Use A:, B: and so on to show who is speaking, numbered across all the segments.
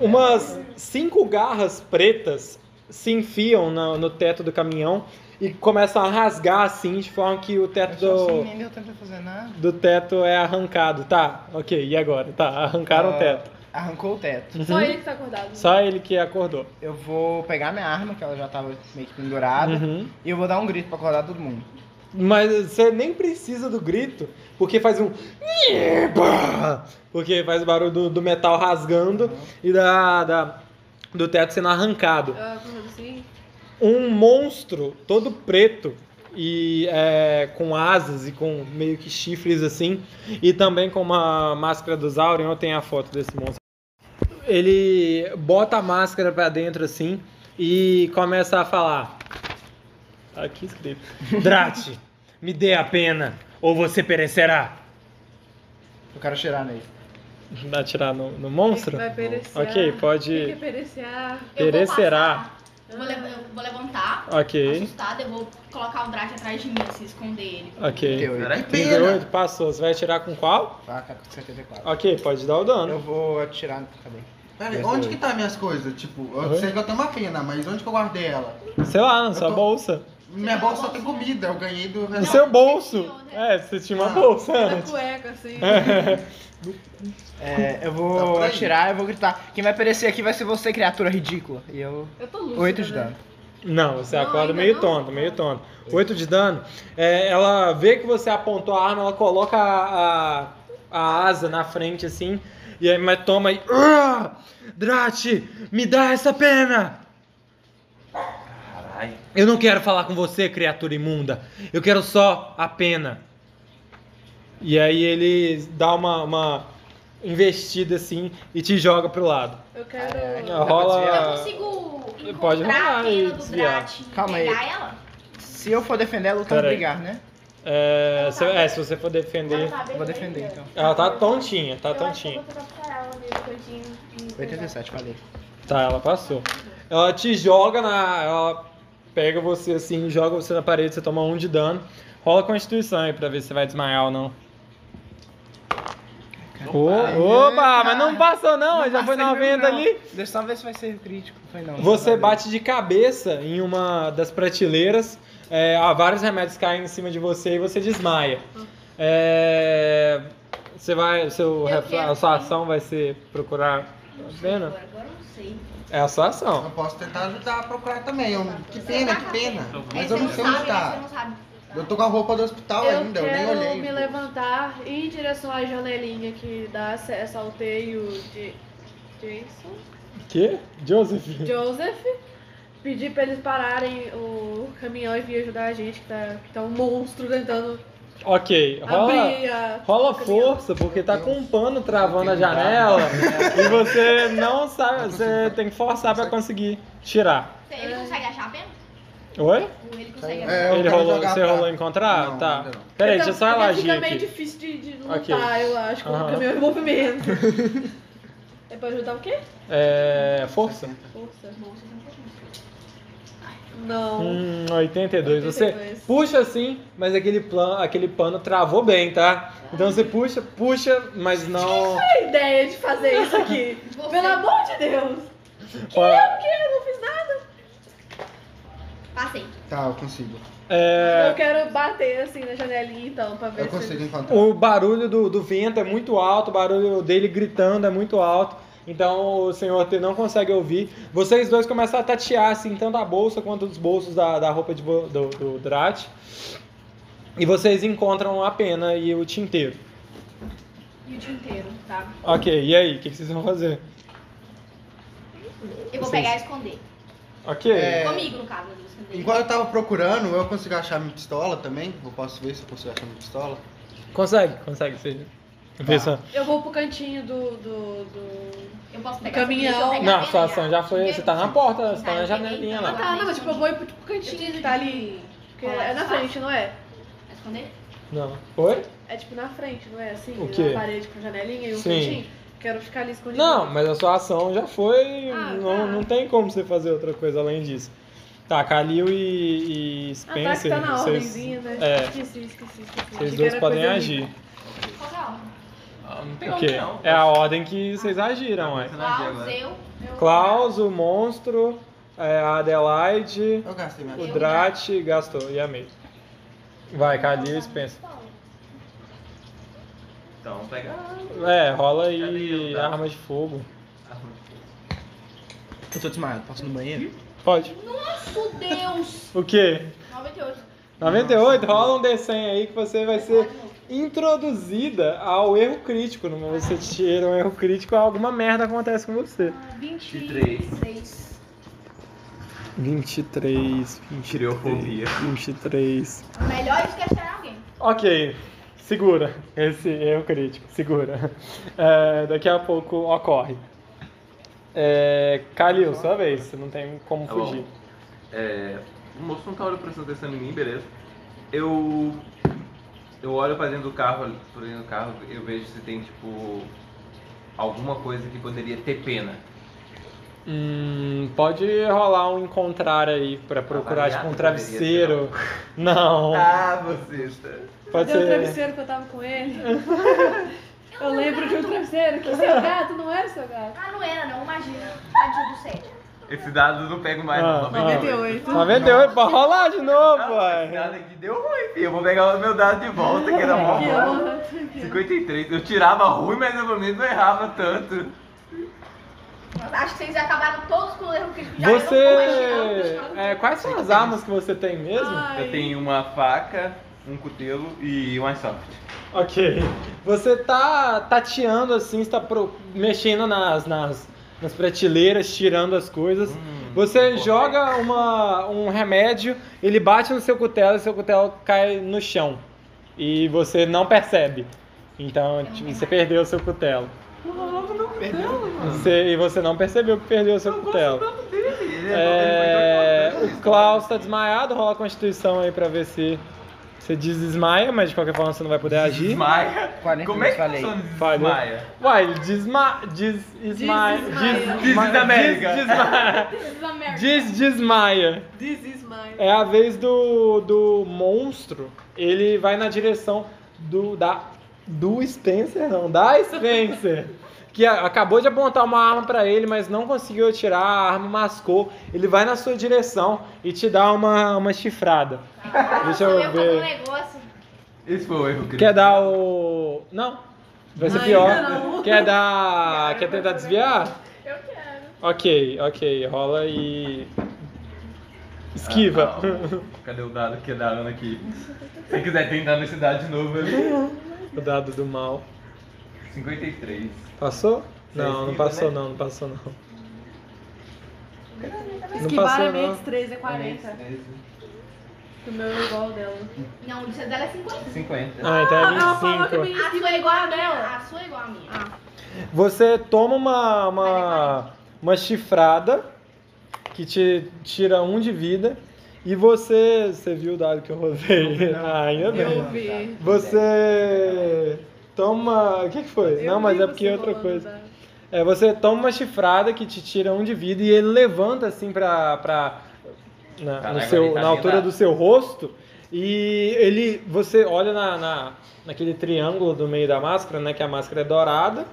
A: Umas cinco garras pretas se enfiam na- no teto do caminhão e começam a rasgar assim, de forma que o teto
B: Eu não sei
A: do,
B: nem deu tempo de fazer nada.
A: do teto é arrancado. Tá, ok, e agora? Tá, arrancaram
B: Ah,
A: o teto.
B: Arrancou o teto.
C: Só ele que tá acordado.
A: Só ele que acordou.
B: Eu vou pegar minha arma, que ela já tava meio que pendurada,
A: Uhum.
B: e eu vou dar um grito pra acordar todo mundo.
A: Mas você nem precisa do grito, porque faz um. Nheba! Porque faz o barulho do, do metal rasgando
B: Então,
A: e da, da- do teto sendo arrancado.
C: Ah, acordado assim.
A: Um monstro todo preto e é, com asas e com meio que chifres assim, e também com uma máscara do Zaurion. Eu tenho a foto desse monstro. Ele bota a máscara pra dentro assim e começa a falar. Tá aqui escrito. Drate, me dê a pena, ou você perecerá.
B: Eu quero cheirar nele.
A: Vai atirar no, no
C: Ele
A: monstro?
C: Vai perecear.
A: Ok, pode-
C: Ele quer perecear.
D: Eu vou
A: Perecerá.
D: passar, Eu vou, lev- eu vou levantar,
A: Ok,
D: assustada, eu vou colocar o Drake atrás de mim, assim, esconder ele.
A: ok.
B: Eu,
E: Era pena.
A: 38, passou. Você vai atirar com qual?
B: Faca Ah, com 74.
A: Ok, pode dar o dano.
B: Eu vou atirar. Cadê?
E: Peraí, onde que tá minhas coisas? Tipo, eu
A: Oi?
E: sei que eu tenho uma pena, mas onde que eu guardei ela?
A: Sei lá, na
E: Eu
A: sua
E: tô-
A: bolsa.
E: Minha bolsa só tem comida, eu ganhei do
A: No
D: Não,
A: seu
D: você
A: é um bolso.
D: tinha, né?
A: É, você tinha uma
E: Ah.
A: bolsa
C: Na
A: antes.
C: cueca, assim.
B: É, eu
E: Tá
B: vou
E: por aí.
B: atirar, eu vou gritar. Quem vai aparecer aqui vai ser você, criatura ridícula. E eu.
C: Eu tô lúcida.
B: Oito de
C: né?
B: dano.
A: Não, você
C: Não,
A: acorda
C: ainda
A: meio
C: não?
A: tonto, meio tonto. 8 de dano. É, ela vê que você apontou a arma, ela coloca a, a- a asa na frente assim. E aí mas toma e. Ah! Drate, me dá essa pena!
E: Caralho.
A: Eu não quero falar com você, criatura imunda. Eu quero só a pena. E aí ele dá uma, uma investida assim e te joga pro lado.
C: Eu quero.
B: Ai, ai.
D: Eu
A: Rola.
D: consigo encontrar
A: Ah, pode
D: a
A: rolar e
D: pena do
A: desviar.
D: Drat e
B: Calma aí.
D: pegar ela?
B: Se eu for defender, ela tem
A: Pera
B: que
A: aí.
B: brigar, né?
A: É, se, é, se você for defender.
D: Ela tá aberta
B: Vou defender,
D: ainda.
B: então.
A: Ela tá tontinha, tá
D: Eu acho que eu
A: tontinha.
D: vou tentar parar ela mesmo, tadinho, e-
B: 87, falei.
A: Tá, ela passou. Ela te joga na. Ela pega você assim, joga você na parede, você toma um de dano. Rola a constituição aí pra ver se você vai desmaiar ou não. Ô, Opa, mas não passou não, já foi
B: né, Passei
A: 90
B: mesmo, não.
A: ali.
B: Deixa eu só ver se vai ser crítico. Foi não.
A: Você
B: graças a
A: bate de cabeça em uma das prateleiras, é, há vários remédios caem em cima de você e você desmaia. É, você vai, seu,
D: Eu
A: refle-
D: quero
A: a sua ação vai ser procurar a pena?
D: Agora eu não sei.
A: É a sua ação.
E: Eu posso tentar ajudar a procurar também. eu- Que pena,
C: tá
E: que pena. Mas
D: Você
E: eu não sei
D: sabe, né? Você
E: onde tá.
D: não sabe.
E: Eu tô com a roupa do hospital
C: Eu
E: ainda, eu nem
C: quero
E: olhei.
C: me levantar e ir em direção à janelinha que dá acesso ao teio de Jason,
A: Que? Joseph?
C: Joseph. Pedir pra eles pararem o caminhão e vir ajudar a gente, que tá, que tá um monstro tentando
A: Ok, rola,
C: abrir a.
A: rola
C: o caminhão.
A: força, porque tá com um pano travando a janela e você não
E: Tá
A: sabe, você tem que forçar pra conseguir tirar.
D: Ele consegue achar a pena?
A: Oi?
D: Ou ele consegue
E: É, eu
A: Ele
E: quero
A: rolou,
E: jogar
A: você
E: pra-
A: rolou encontrar?
E: Não,
A: tá.
E: ainda não.
A: Peraí,
C: Então,
A: deixa eu só elagir
C: Fica meio
A: aqui.
C: difícil de, de lutar,
A: Ok.
C: eu acho, com
A: Aham.
C: o caminhão em movimento. é pra ajudar o quê?
A: É. Força.
C: Força.
D: Bolsa, tem um pouquinho.
C: Não.
A: Hum, 82. Você
C: 82.
A: puxa assim, mas aquele, plan, aquele pano travou bem, tá? Então você puxa, puxa, mas não.
C: Que ideia de fazer isso aqui?
D: Você-
C: Pelo amor de Deus!
A: Ó,
C: Eu que eu não fiz nada.
D: Passei.
E: Tá, eu consigo.
A: é,
C: Eu quero bater assim na janelinha então pra ver
E: Eu consigo
C: se.
E: encontrar.
A: o barulho do, do vento é muito alto, o barulho dele gritando é muito alto. Então o senhor T não consegue ouvir. Vocês dois começam a tatear, assim, tanto a bolsa quanto os bolsos da, da roupa de, vo- do, do Drat. E vocês encontram a pena e o tinteiro.
D: E o dia inteiro, tá?
A: Ok, e aí? O que, que vocês vão fazer?
D: Eu vou pegar e esconder.
A: Ok.
E: É.
D: Comigo, no caso, eu vou esconder.
E: Enquanto eu tava procurando, eu consigo achar minha pistola também. Eu posso ver se eu consigo achar minha pistola.
A: Consegue, consegue. Você...
E: Tá.
A: Só.
C: Eu vou pro cantinho do. do. do...
D: Eu posso pegar
C: Caminhão.
D: essa pena, eu
A: Não,
D: pego
A: sua
D: a
A: ação
D: pena,
A: já foi.
D: Primeiro,
A: Você tá na porta, você tá
D: Tá,
A: na
D: eu peguei,
A: janelinha
D: então.
C: Ah
A: lá.
C: tá, não, mas tipo, eu vou ir pro pro cantinho que tá ali. Porque é na frente, não é?
D: Vai Esconder?
A: Não. Foi?
C: É tipo na frente, não é? Assim,
A: O quê?
C: na parede com janelinha e um
A: Sim.
C: cantinho. Quero ficar ali escondido.
A: Não, mas a sua ação já foi.
C: Ah,
A: não,
C: tá.
A: não tem como você fazer outra coisa além disso. Tá, Kalil e, e
C: Ah, tá, que
A: Spencer.
C: tá na
A: vocês
C: ordemzinha, né?
A: É.
C: Esqueci, esqueci, esqueci.
A: vocês
C: Achei que
A: dois
C: era
A: podem
C: coisa
A: agir.
D: Qual que é a ordem?
F: Ah, não tem
A: O
F: onde
A: quê?
F: não.
A: É a ordem que vocês agiram, ué.
D: Klaus, eu. eu-
A: Klaus, o monstro, é, a Adelaide,
E: Eu gastei minha
A: o
D: Eu.
A: Drat gastou e a May. Vai, Calil pensa.
F: Então pega.
A: É, rola
F: Calil,
A: aí
F: tá.
A: arma de fogo.
B: Eu tô desmaiado, posso ir no banheiro?
A: Pode.
D: Nossa, Deus!
A: O quê?
D: 98.
A: 98, rola um D100 aí que você vai ser introduzida ao erro crítico. No momento que você tira um erro crítico, alguma merda acontece com você.
D: Ah,
F: 23.
D: 23.
A: 23, 23,
F: Criofobia.
A: 23.
D: Melhor esquecer alguém.
A: Ok, segura esse erro crítico, segura. É, daqui a pouco ocorre. É, Kalil, sua vez, você não tem como
F: Tá bom.
A: fugir.
F: É, o moço não tá olhando prestando atenção em mim, beleza. Eu. Eu olho pra dentro do carro, ali- pra dentro do carro, eu vejo se tem tipo. alguma coisa que poderia ter pena.
A: Hum, pode rolar um encontrar aí
F: Tá,
A: pra procurar
F: Avaliar
A: tipo um
F: não deveria ser,
A: travesseiro. Não,
F: Ah, você está.
A: pode
C: Cadê o
A: ser.
C: travesseiro que eu tava com ele? eu lembro de um travesseiro. Que seu gato não era seu gato.
D: Ah, não era, não, imagina. Tadinho do 7.
F: Esse dado eu não pego mais,
A: Ah,
F: não.
A: ah.
C: 98.
F: tá
A: 98, pode rolar de novo,
F: Ah, esse dado
A: ué.
F: aqui deu ruim, filho. Eu vou pegar o meu dado de volta, que era mó
C: Que
F: bom.
C: honra.
F: 53. Eu tirava ruim, mas eu pelo menos não errava tanto.
D: Acho que vocês acabaram todos com o erro que já
A: Você.
D: Eu não tô mais tirando.
A: é, quais são as armas que você tem mesmo?
C: Ai.
F: Eu tenho uma faca, um cutelo e um airsoft.
A: Ok. Você tá tateando assim, está pro- mexendo nas, nas, nas prateleiras, tirando as coisas.
F: Hum,
A: Você
F: correto.
A: joga uma, um remédio, ele bate no seu cutelo e seu cutelo cai no chão. E você não percebe. Então, tipo, você perdeu o seu cutelo. Você, e você não percebeu que perdeu o seu cutelo.
F: Ele
A: É,
F: ele foi
A: o Klaus tá desmaiado, rola a constituição aí pra ver se você desmaia, mas de qualquer forma você não vai poder agir.
F: Desmaia?
B: 40
F: Como é que
B: falei.
F: funciona
A: Falhou.
F: desmaia?
A: Uai, ele desma... Des, esma,
C: Desesmaia.
A: des, esma-
F: Desamérica.
A: des- desma-
C: This is America.
A: des- desmaia.
C: This is mine.
A: É a vez do, do monstro. Ele vai na direção do, da, do Spencer, não, da Spencer. Que a- acabou de apontar uma arma pra ele, mas não conseguiu atirar, a arma mascou. Ele vai na sua direção e te dá uma, uma chifrada. Deixa eu
D: fazer um
A: ver.
D: negócio.
F: Esse foi o erro que
A: Quer dar o. Não, vai ser
C: Ainda
A: pior.
C: não.
A: Quer dar. Quer
C: Quero,
A: tentar
C: mas-
A: desviar?
C: Eu quero.
A: Ok, ok, rola e. Esquiva.
F: Ah, Cadê o dado que daram aqui? Se você quiser tentar nesse dado de novo, é
A: o dado do mal.
F: 53.
A: Passou? Não, não
F: esquiva,
A: passou
F: né?
A: não, não passou não. Não
C: Esquivar
A: passou
C: é
A: não.
C: menos 3 é 40. O meu é igual ao dela.
D: Não, o de dela é 50.
F: 50.
A: Ah, então
C: Ah, ela falou
A: é
C: que
A: 25.
C: minha
D: A
C: esquiva
D: sua
C: é igual a dela.
D: A sua é igual a minha.
A: Você toma uma. uma, uma chifrada que te tira um de vida. E você. Você viu o dado que eu rolei? Ah, ainda bem.
C: Eu vi.
A: Você. Toma. O que, que foi?
C: Eu
A: não, mas
C: vi
A: é porque
C: você né?
A: é outra
C: rolando
A: coisa.
C: dado.
A: É, você toma uma chifrada que te tira um de vida e ele levanta assim pra. pra na, no
F: Caraca,
A: seu-
F: ele tá
A: na altura
F: virado.
A: do seu rosto. E ele. Você olha na, na- naquele triângulo do meio da máscara, né? Que a máscara é dourada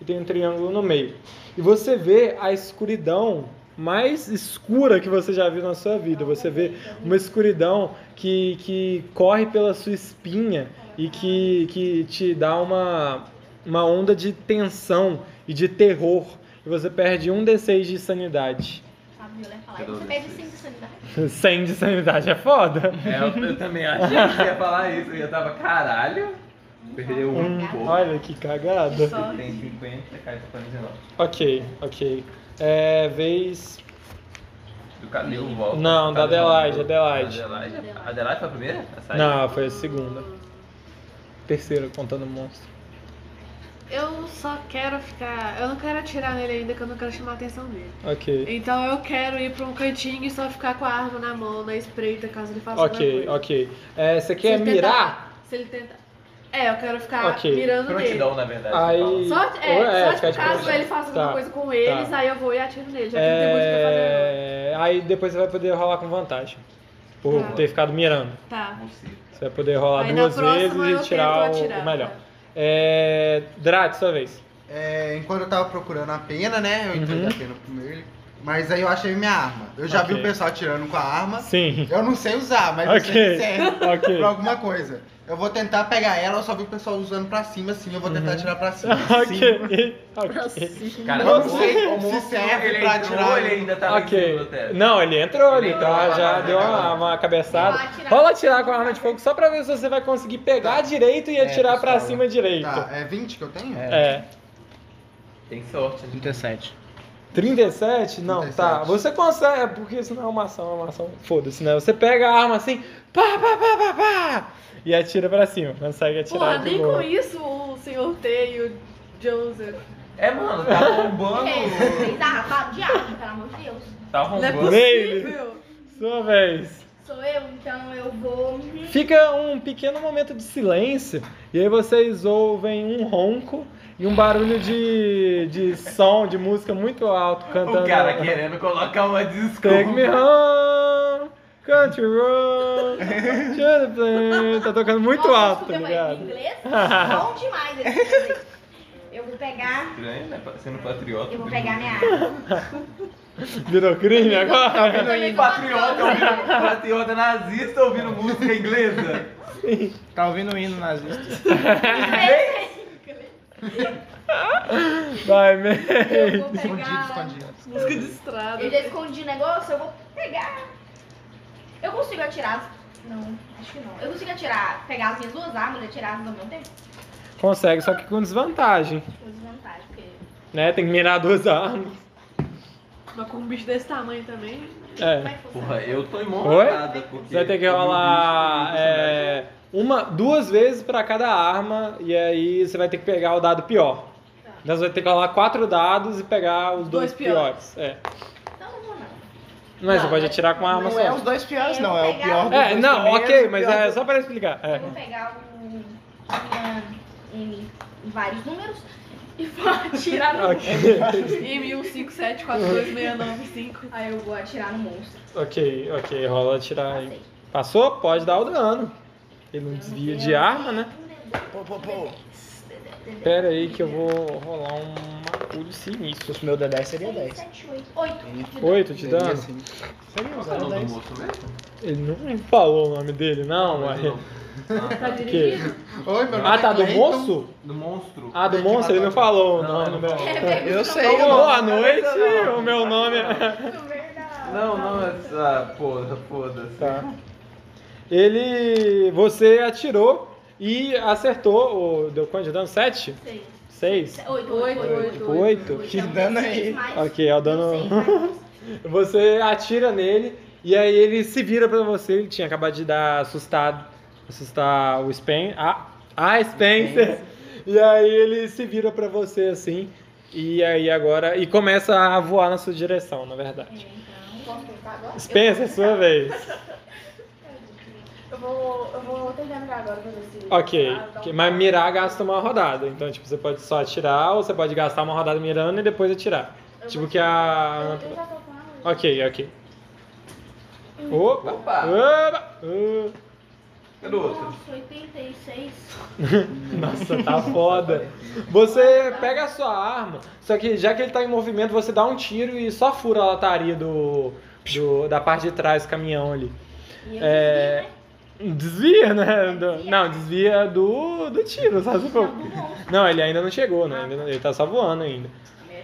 A: e tem um triângulo no meio. E você vê a escuridão mais escura que você já viu na sua vida. Você vê uma escuridão que, que corre pela sua espinha e que, que te dá uma, uma onda de tensão e de terror. E você perde um D6 de sanidade.
D: Sabe, Viola tá ia falar.
F: Eu dou
D: Você perde
F: dezesseis.
D: 5 sanidade.
A: 100 de sanidade é foda.
F: É, eu, eu também achei que você ia falar isso. Eu já tava, caralho. Perdeu um
A: Hum,
F: pouco.
A: olha que cagada.
C: Só.
F: Tem 50, cai pra 19.
A: Ok, ok. É, vez.
F: Do Calil volta.
A: Não, da
F: Calil
A: Adelaide,
F: volta.
A: Adelaide.
F: Adelaide. Adelaide foi a primeira? A saída?
A: Não, foi a segunda. Terceira, contando o monstro.
C: Eu só quero ficar. Eu não quero atirar nele ainda, que eu não quero chamar a atenção dele.
A: Ok.
C: Então eu quero ir pra um cantinho e só ficar com a arma na mão, na espreita, caso ele faça alguma
A: Ok,
C: coisa.
A: ok. É, você
C: Se
A: quer
C: ele
A: mirar?
C: tentar- Se ele tentar. É, eu quero ficar
A: Ok.
C: mirando nele.
F: Prontidão, na verdade.
A: Aí-
F: você fala.
C: Só, é,
A: Ou é, ficar
C: só tipo,
A: de
C: caso
A: prontidão.
C: ele faça
A: Tá,
C: alguma coisa com eles, aí eu vou e atiro nele, já que não tem muito o que fazer.
A: É, Aí depois você vai poder rolar com vantagem. Por
C: Tá.
A: ter ficado mirando.
C: Tá.
F: Você.
A: Você vai poder rolar
C: Aí na
A: duas
C: próxima
A: vezes
C: eu
A: e tirar
C: tento
A: o,
C: atirar,
A: o melhor.
C: tá.
A: É... Drat, sua vez.
E: É, enquanto eu tava procurando a pena, né? Eu entreguei
A: Uhum.
E: a pena pro Merlin. Mas aí eu achei minha arma. Eu já vi
A: Ok.
E: o pessoal atirando com a arma.
A: Sim.
E: Eu não sei usar, mas eu sei
A: Ok.
E: que serve
A: Ok.
E: pra alguma coisa. Eu vou tentar pegar ela, eu só vi o pessoal usando pra cima, assim, eu vou tentar
A: Uhum.
E: atirar pra cima. Sim.
A: Ok. Ok.
B: Assim.
F: Cara,
E: Não
F: o-
E: sei
F: o
E: se
F: monstro,
E: serve
F: ele
E: pra
F: entrou,
E: atirar.
F: ele ainda tá
A: Ok.
F: vencido até.
A: Não, ele entrou, ele
F: Ele
A: tá,
F: entrou,
A: já
F: vai, vai,
A: deu
F: vai,
A: uma,
E: vai.
A: uma cabeçada.
D: Vai atirar.
A: Rola atirar com a arma de fogo só pra ver se você vai conseguir pegar
E: Tá.
A: direito e
E: É,
A: atirar pra
E: pistola.
A: cima direito.
E: Tá, é 20 que eu tenho?
B: É.
A: É.
F: Tem sorte, né?
B: 37.
A: 37? Não,
E: 37.
A: tá. Você consegue, é porque isso não é uma ação, é uma ação. Foda-se, né? Você pega a arma assim, pá, pá, pá, pá, pá, e atira pra cima. Consegue atirar
C: Porra,
A: de
C: nem
A: boa.
C: com isso o senhor T e o Joseph.
F: É, mano, tá bombando.
D: Gente, Vocês arrabaram de arma, pelo amor de Deus.
F: tá
C: Não é
F: bombando.
C: possível.
A: Sua vez.
D: Sou eu, então eu vou.
A: Fica um pequeno momento de silêncio, e aí vocês ouvem um ronco e um barulho de, de som, de música muito alto cantando.
F: O cara é querendo colocar uma desculpa.
A: Take me home, country road, to the plane. Tá tocando muito
D: Nossa,
A: alto, tá
D: escutei, mas Em
A: ligado?
D: inglês, bom demais esse filme. Eu vou pegar.
F: Estranho, né? Sendo patriota.
D: Eu vou pegar minha arma.
A: Virou crime agora?
D: Também tô
F: Patriota,
D: matando.
F: ouvindo- patriota nazista ouvindo música inglesa.
B: Tá ouvindo o hino nazista?
A: É Vai, man.
D: Eu vou pegar.
E: Escondido, escondido.
C: Música de estrada.
D: Eu já escondi o negócio, eu vou pegar. Eu consigo atirar. Não, acho que não. Eu consigo atirar, pegar as minhas duas armas e atirar as do meu tempo?
A: Consegue, só que com desvantagem.
D: Com desvantagem, porque.
A: Né? Tem que mirar duas armas.
C: Mas com um bicho desse tamanho também.
A: É.
F: Porra, eu tô
A: imobilizada,
F: imobilizada.
A: Você vai ter que rolar é, uma, duas vezes pra cada arma. E aí você vai ter que pegar o dado pior.
D: Tá.
A: Então você vai ter que rolar quatro dados e pegar os dois,
C: Dois
A: piores. É.
D: Então não vou não.
A: Mas você
C: Não,
A: pode
C: é-
A: atirar com a arma
B: Tá, Não
A: só.
B: é os dois piores,
D: Eu
B: não.
D: vou
B: É o
D: pegar
B: pior
D: o-
B: dos
A: É,
B: dois
A: não,
B: primeiros,
A: ok,
B: o
A: mas
B: pior
A: é
B: do-
A: só pra explicar.
D: Eu vou
A: É.
D: pegar um, o. minha- em um, vários números.
C: E vou atirar no
A: Ok,
C: M157426995.
D: Aí eu vou atirar no monstro.
A: ok, ok, rola atirar aí.
D: Passei.
A: Passou? Pode dar o dano. Ele não desvia de arma, né?
D: Um
E: Pô, pô, pô.
A: Pera aí que eu vou rolar um bagulho sinistro.
B: Se o meu D10 seria
D: 6,
B: 10.
D: 7, 8. 8.
A: Oito de
E: Seria
A: dano?
E: assim.
B: Seria um
F: Qual que é o nome do
B: 010.
F: moço mesmo?
A: Ele não falou o nome dele, não,
F: Mas
A: mas.
F: não. Ah,
C: Tá
F: tá.
C: dirigindo?
E: Oi, meu nome
A: Ah, tá
E: é
A: do
E: Clayton.
A: moço?
F: Do monstro.
A: Ah, do monstro, ele não falou o
F: Não,
A: nome.
F: ele não falou.
A: né?
B: Eu sei.
A: Então,
B: eu não-
A: boa noite, o meu nome é.
F: Não, não, essa porra, foda-se.
A: Tá. Ele. Você atirou e acertou. o- Deu quanto de dano? Sete?
D: 6.
A: Seis?
D: 8,
C: Oito,
D: 8, 8.
C: oito,
A: Oito?
D: Então,
B: Que dano
D: seis
B: aí.
D: mais-
A: Ok, é o dano-
D: seis mais-
A: Você atira nele e aí ele se vira pra você. Ele tinha acabado de dar assustado, assustar o Spencer. A, a Spencer. E aí ele se vira pra você assim. E aí agora. E começa a voar na sua direção, na verdade.
D: Então, posso tentar agora?
A: Spencer, sua vez.
D: Eu vou, eu vou tentar entrar agora pra ver se.
A: Ok.
D: Ah,
C: tá
D: dá um-
A: ok, Mas mirar gasta uma rodada. Então, tipo, você pode só atirar ou você pode gastar uma rodada mirando e depois atirar.
D: Eu
A: tipo
D: vou-
A: que a-
D: Eu já tô com a-
A: Ok, ok. Opa!
F: Opa.
A: Opa! Uh,
F: Cadê o É outro?
D: Nossa, 86.
A: Nossa, tá foda. Você pega a sua arma, só que já que ele tá em movimento, você dá um tiro e só fura a lataria do, do- da parte de trás do caminhão ali.
D: E eu
A: É,
D: desvio, né?
A: Desvia, né? do- não, desvia do, do tiro, só se for.
D: Não, do monstro.
A: Não, ele ainda não chegou, né? Ainda não- Ele tá só voando ainda.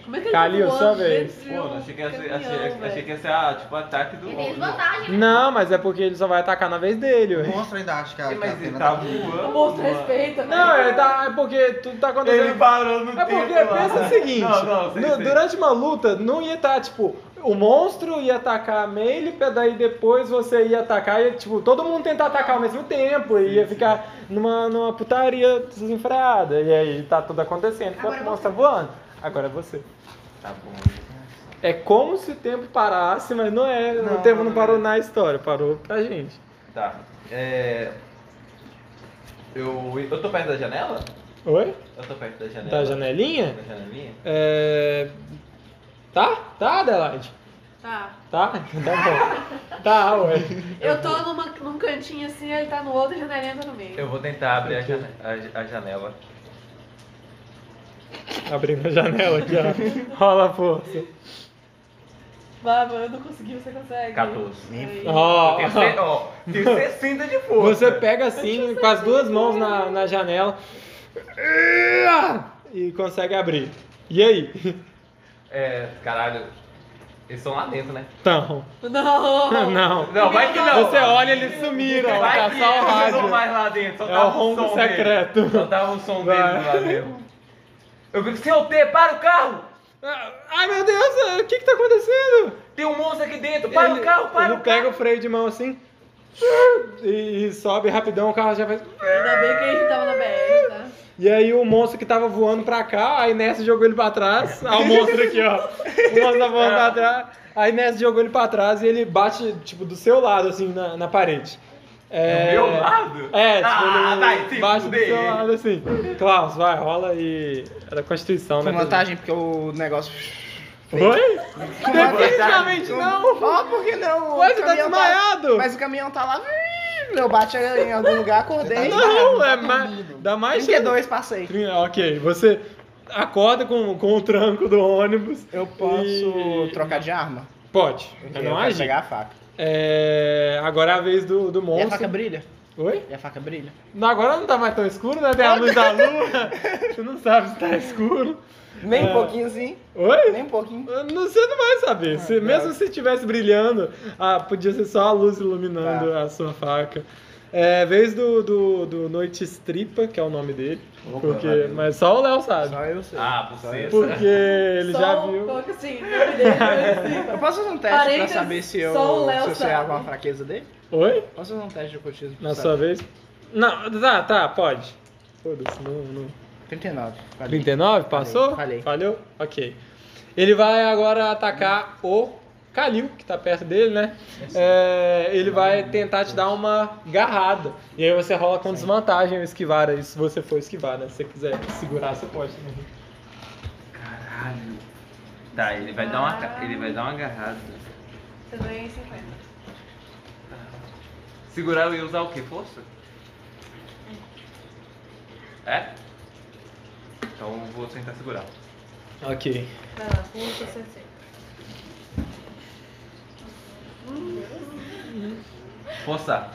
C: Como é que ele
A: Calil,
C: tá
A: sua
C: voando
A: vez.
C: dentro de
F: Pô,
C: um
F: achei que ia ser,
C: caminhão,
F: achei, achei
C: velho?
F: que ia ser ah, tipo ataque do
D: Ele tem desvantagem. né?
A: Não, mas é porque ele só vai atacar na vez dele,
E: O
A: ué.
E: monstro ainda acha que a, que a
F: Mas ele
E: pena
F: tá
E: tá
F: voando.
C: O monstro
F: mano.
C: respeita.
A: Não, ele tá, é porque tudo tá acontecendo.
F: Ele parou no
A: É
F: tempo.
A: porque
F: lá.
A: pensa o seguinte,
F: Não, não, sei,
A: no-
F: sei.
A: durante uma luta não ia estar, tipo, o monstro ia atacar a Meile, daí depois você ia atacar, e tipo, todo mundo tentar atacar ao mesmo tempo, e ia ficar numa, numa putaria desenfreada, e aí tá tudo acontecendo, enquanto
D: Agora
A: o
D: é
A: monstro tá voando. Agora é você.
F: Tá bom.
A: É como se o tempo parasse, mas não é, o
F: Não,
A: tempo não
F: não
A: parou
F: é.
A: na história, parou pra gente.
F: Tá. É. Eu, eu tô perto da janela?
A: Oi?
F: Eu tô perto da janela.
A: Da janelinha?
F: Da janelinha?
A: É... Tá? Tá, Adelaide?
C: Tá.
A: Tá? Tá bom. Tá, ué.
C: Eu tô numa, num cantinho assim, ele tá no outro e a janelinha tá no meio.
F: Eu vou tentar abrir a jane- a- a janela.
A: Abrindo a janela aqui, ó. Rola a força.
C: Vai, mano, eu não consegui, você consegue.
F: 14.
C: Aí.
A: Ó,
F: Tem ce- ó, tem 60 de força.
A: Você pega assim, com as duas mãos na, na janela. E consegue abrir. E aí?
F: É, caralho. Eles estão lá dentro, né?
A: Então.
C: Não!
A: Não.
F: Não, vai que não.
A: Você olha, eles sumiram.
F: Vai
A: Tá
F: que
A: só o
F: eles não
A: rádio.
F: vão mais lá dentro. Só
A: É
F: tava um
A: o ronco
F: som dele.
A: secreto.
F: Só tava o som
A: Vai.
F: dele lá dentro. Eu grito, seu T, para o carro!
A: Ah, Ai meu Deus, o que que tá acontecendo?
F: Tem um monstro aqui dentro! Para o carro, para
A: ele
F: o carro!
A: pega o freio de mão assim e, e sobe rapidão, o carro já faz.
C: Ainda bem que a gente tava na BR, tá?
A: E aí o monstro que tava voando pra cá, a Inés jogou ele pra trás. Ah, o monstro aqui, ó. O monstro tá voando pra trás. A Inés jogou ele pra trás e ele bate, tipo, do seu lado, assim, na, na parede. É...
F: Do meu lado?
A: É, tipo,
F: Ah,
A: ele
F: vai se
A: bate do
F: fuder.
A: seu lado, assim. Klaus, vai, rola e... É da Constituição,
B: Com
A: né?
B: vantagem, porque o negócio.
A: Oi? Definitivamente
F: vantagem.
A: não!
B: Ó, por que não? O
A: Ué, você tá
B: caminhão
A: desmaiado!
B: Mas o caminhão tá lá. Eu bati em algum lugar, acordei.
A: Não, é mais... Dá mais...
B: 32, passei.
A: Trin- Ok, você acorda com, com o tranco do ônibus.
B: Eu posso
A: E-
B: trocar de arma?
A: Pode,
B: Porque
A: é
B: eu
A: não
B: quero
A: agir.
B: pegar a faca.
A: É, agora é a vez do, do
B: E
A: monstro.
B: a faca brilha?
A: Oi?
B: E a faca brilha?
A: Não, agora não tá mais tão escuro, né? Tem a luz da lua. Você não sabe se tá escuro.
B: Nem
A: É.
B: um pouquinho sim,
A: Oi?
B: nem um pouquinho.
A: Não, você não vai saber. Se- mesmo se estivesse brilhando, ah, podia ser só a luz iluminando a sua faca. É a vez do, do, do Noite Estripa, que é o nome dele.
F: Opa,
A: porque,
F: valeu.
A: mas só o Léo sabe.
B: eu sei.
F: Ah, você.
A: Porque ele
C: Só
A: já
C: o-
A: viu.
C: Coloca assim, o nome dele, assim,
B: Eu posso fazer um teste
C: Parênteses,
B: pra saber se eu,
C: só o Léo
B: se eu sei
C: sabe.
B: alguma fraqueza dele?
A: Oi?
B: Posso fazer um teste de ocultismo? pra
A: Na
B: saber?
A: sua vez? Não, tá, tá, pode. Foda-se, não, não.
B: 39. falei.
A: 39? Passou?
B: falhei.
A: Falhou? Ok. Ele vai agora atacar o Kalil, que tá perto dele, né? É, ele vai tentar te dar uma garrada. E aí você rola com desvantagem o esquivar aí, se você for esquivar, né? Se você quiser segurar, você pode. né?
F: Caralho. Tá, ele vai dar uma, ca- ele vai dar uma agarrada.
C: Você ganha 50.
F: Segurar eu ia usar o quê? Força? É? Então eu vou tentar segurar.
A: Ok.
C: Vai lá, força 60.
F: Forçar.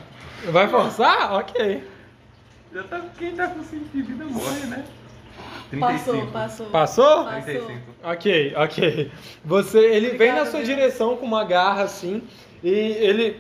A: Vai forçar? Ok.
F: Já tá, quem tá com 5 de vida morre, né? 35.
C: Passou, passou.
A: Passou?
C: Vai.
F: 35.
A: Ok, ok. Você, ele vem na
C: Obrigada,
B: né?
A: sua
C: viu?
A: direção com uma garra assim e ele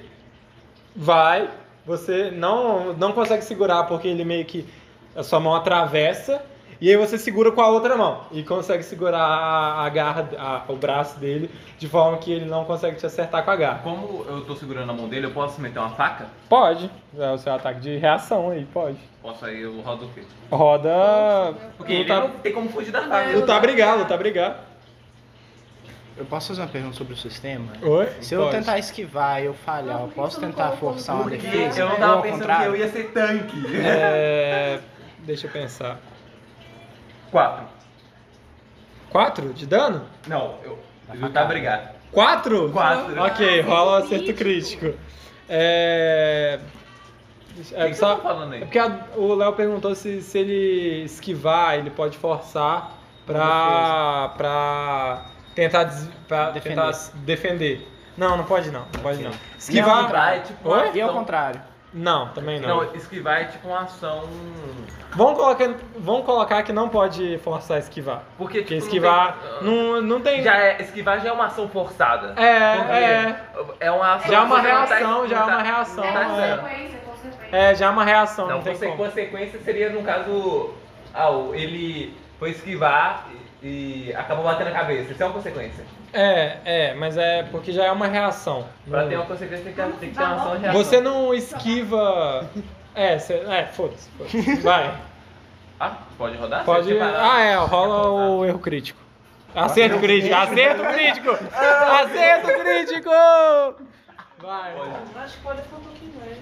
A: vai. Você não não consegue segurar porque ele meio que a sua mão atravessa e aí você segura com a outra mão e consegue segurar a, a garra, a- o braço dele de forma que ele não consegue te acertar com a garra.
F: Tá, Como eu tô segurando a mão dele, eu posso meter uma faca?
A: Pode. É o seu ataque de reação aí, pode.
F: Posso aí, eu rodo o quê?
A: Roda.
F: Porque ele
A: Lutar-
F: não tem como fugir da faca.
A: lutar, brigar, lutar, brigar.
B: Eu posso fazer uma pergunta sobre o sistema?
A: Oi?
B: Se eu
A: Pode.
B: tentar esquivar e eu falhar,
C: Não,
B: eu
C: por que
B: posso
C: você não um
B: tentar
C: colocou
B: forçar
C: no
B: uma
F: Porque
C: Brigar.
B: defesa?
F: eu não
B: Ou
F: tava
B: ao
F: pensando que
B: contrário?
F: eu ia ser tanque.
A: É, deixa eu pensar.
F: 4.
A: 4 de dano?
F: Não, eu. tá, Lutar, brigar.
A: 4?
F: Quatro.
A: Ok, rola um
C: Ah,
A: acerto
C: crítico.
A: crítico. É.
F: O
A: É,
F: que, que
A: só-
F: você tá falando aí?
A: é porque a- o Léo perguntou se, se ele esquivar, ele pode forçar pra, pra tentar, des- pra
B: Defender.
A: tentar s- defender. Não, não pode não, não pode
B: Ok.
A: não.
F: Não,
A: Esquivar?
F: entrar é tipo uma
A: Oi?
B: E ao
F: ação.
B: contrário?
A: Não, também não.
F: Não, esquivar é tipo uma ação.
A: Vamos, colocar, vamos colocar que não pode forçar a esquivar.
F: Porque,
A: Porque
F: tipo, não
A: esquivar
F: tem-
A: não, não tem.
F: Já é, esquivar já é uma ação forçada.
A: é, é.
F: É, uma ação.
A: Já é uma
F: você não tá-
A: reação, já é
F: não tá-
A: uma reação,
F: não
D: É
F: tá
A: é.
F: dizendo.
D: consequência, consequência.
A: É, já é uma reação, não,
F: Não,
A: tem
F: conse-
A: como.
F: consequência seria no caso. Ah, o- ele foi esquivar e, e acabou batendo a cabeça. Isso é uma consequência.
A: É, é, mas é porque já é uma reação.
F: Pra
A: Não-
F: ter uma consequência tem que, tem que ter uma ação de reação.
A: Hum. Você não esquiva. É, cê... é foda-se. foda-se. Vai.
F: Ah, pode rodar?
A: Pode.
F: Você vai lá.
A: Ah, é, rola o erro crítico.
F: um
A: Acerto crítico, acerto crítico! Acerto crítico! Vai.
F: Pode.
C: Acho que pode ficar um pouquinho mais.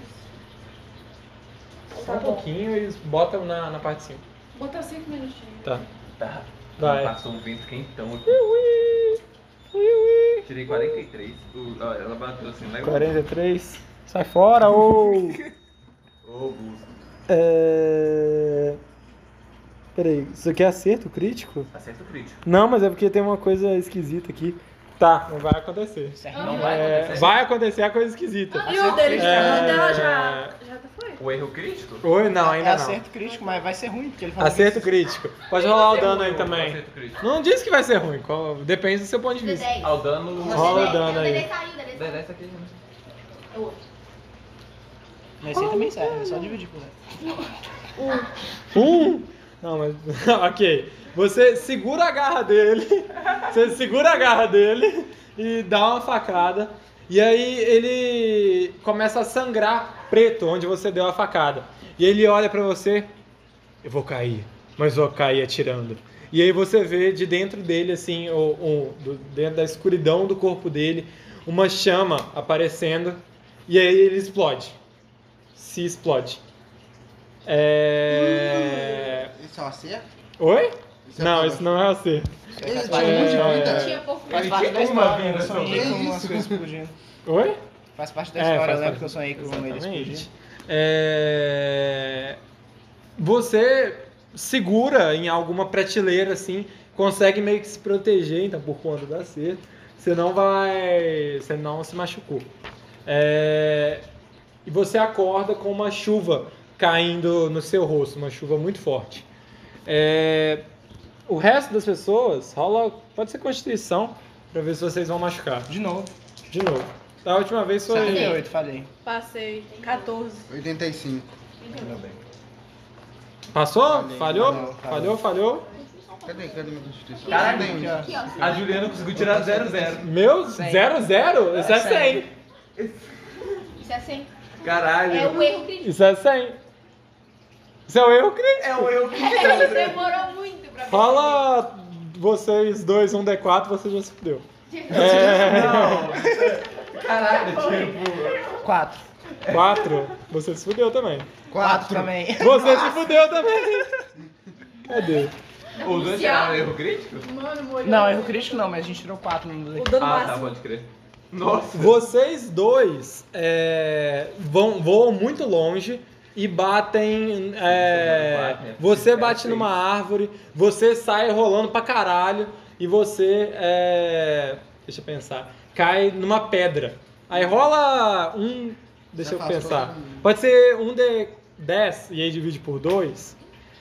A: Só um pouquinho e bota na, na parte de cima.
C: Botar 5 minutinhos.
A: Tá.
F: Tá.
A: Vai.
F: Passou um vento quentão aqui.
A: Ui, ui, ui.
F: Tirei 43. O- ó, ela bateu assim, legal.
A: 43. Sai fora, ou.
F: Ô, Busco.
A: É... Peraí, isso aqui é acerto crítico?
F: Acerta o crítico.
A: Não, mas é porque tem uma coisa esquisita aqui. Tá, não vai acontecer.
B: Certo.
D: É,
F: Não vai
A: É,
F: acontecer.
A: vai acontecer a coisa esquisita.
C: E o dele,
A: É.
C: o dela já, já tá foi?
F: O erro crítico?
A: Oi, não, ainda
B: é
A: não.
B: acerto crítico, mas vai ser ruim, porque ele falou
A: Acerto crítico. Pode rolar o dano aí também.
F: Acerto crítico.
A: Não diz que vai ser ruim, qual- depende do seu ponto de vista.
D: D10.
F: Ao dano.
D: Não,
A: É Rola
D: D10.
A: o dano
D: Não,
A: aí.
D: D10 saiu, D10 saiu.
F: aqui. né?
D: É o outro.
B: que... Mas aí também serve, é só dividir por aí.
A: Um? Não, mas. ok. Você segura a garra dele. Você segura a garra dele e dá uma facada. E aí ele começa a sangrar preto onde você deu a facada. E ele olha pra você. Eu vou cair, mas vou cair atirando. E aí você vê de dentro dele, assim, o, o- do- dentro da escuridão do corpo dele, uma chama aparecendo. E aí ele explode. Se explode. É.
E: Isso é um acerto?
A: Oi?
E: Isso é
A: Não,
E: uma-
A: isso não é assim.
E: Ele tinha
B: É,
E: muito de
A: é.
E: vida.
D: Tinha pouco
B: Faz
D: mais.
B: parte da
F: tinha uma
B: história,
F: vida
B: eu sonhei
E: só.
B: com
E: Que
B: umas
E: isso?
B: coisas explodindo.
A: Oi? Tá
B: Faz parte da
A: É,
B: história,
A: faz
B: eu lembro
A: parte-
B: que eu sonhei com ele explodindo.
A: Exatamente. É, Você segura em alguma prateleira assim, consegue meio que se proteger, então por conta da seta, você não vai, você não se machucou. É, E você acorda com uma chuva caindo no seu rosto, uma chuva muito forte. É, O resto das pessoas rola, pode ser Constituição, pra ver se vocês vão machucar
B: De novo.
A: de novo. Da última vez foi
B: 78, falei.
C: Passei 14.
E: 85.
F: Ainda bem.
A: Passou?
E: Falei,
A: Falhou?
E: falhou,
A: Falhou, falhou?
E: Cadê? Cadê minha constituição?
F: Caralho,
E: Cadê minha?
B: Aqui, ó.
D: Aqui, ó.
F: A Juliana conseguiu tirar 0-0.
A: Meu,
B: Cem.
A: 0, 0? Isso é
B: É, cem.
A: 100.
D: Isso é assim.
F: Caralho.
D: É o erro crítico.
A: Isso é 100. Isso é o erro, Cris.
F: É o erro
D: Ele
F: crítico.
D: demorou muito pra
A: Fala vocês dois, um D4, você já se fudeu. É.
F: Não. Caralho, tipo.
B: 4.
A: 4, você se fudeu também.
B: 4
E: Quatro.
B: também.
A: Você se fudeu também. Cadê?
F: Os dois tiraram o erro crítico?
C: Mano, molhou.
B: Não, erro crítico não, mas a gente tirou 4 no
C: O
B: daqui.
C: dano
F: Ah, tá,
C: máximo.
F: pode crer. Nossa.
A: Vocês dois é, vão, voam muito longe e batem. é, você bate numa árvore, você sai rolando pra caralho e você. é, deixa eu pensar. Cai numa pedra. Aí rola um. Deixa
E: Já
A: eu
E: faço
A: pensar.
E: todo mundo.
A: Pode ser um de 10 e aí divide por dois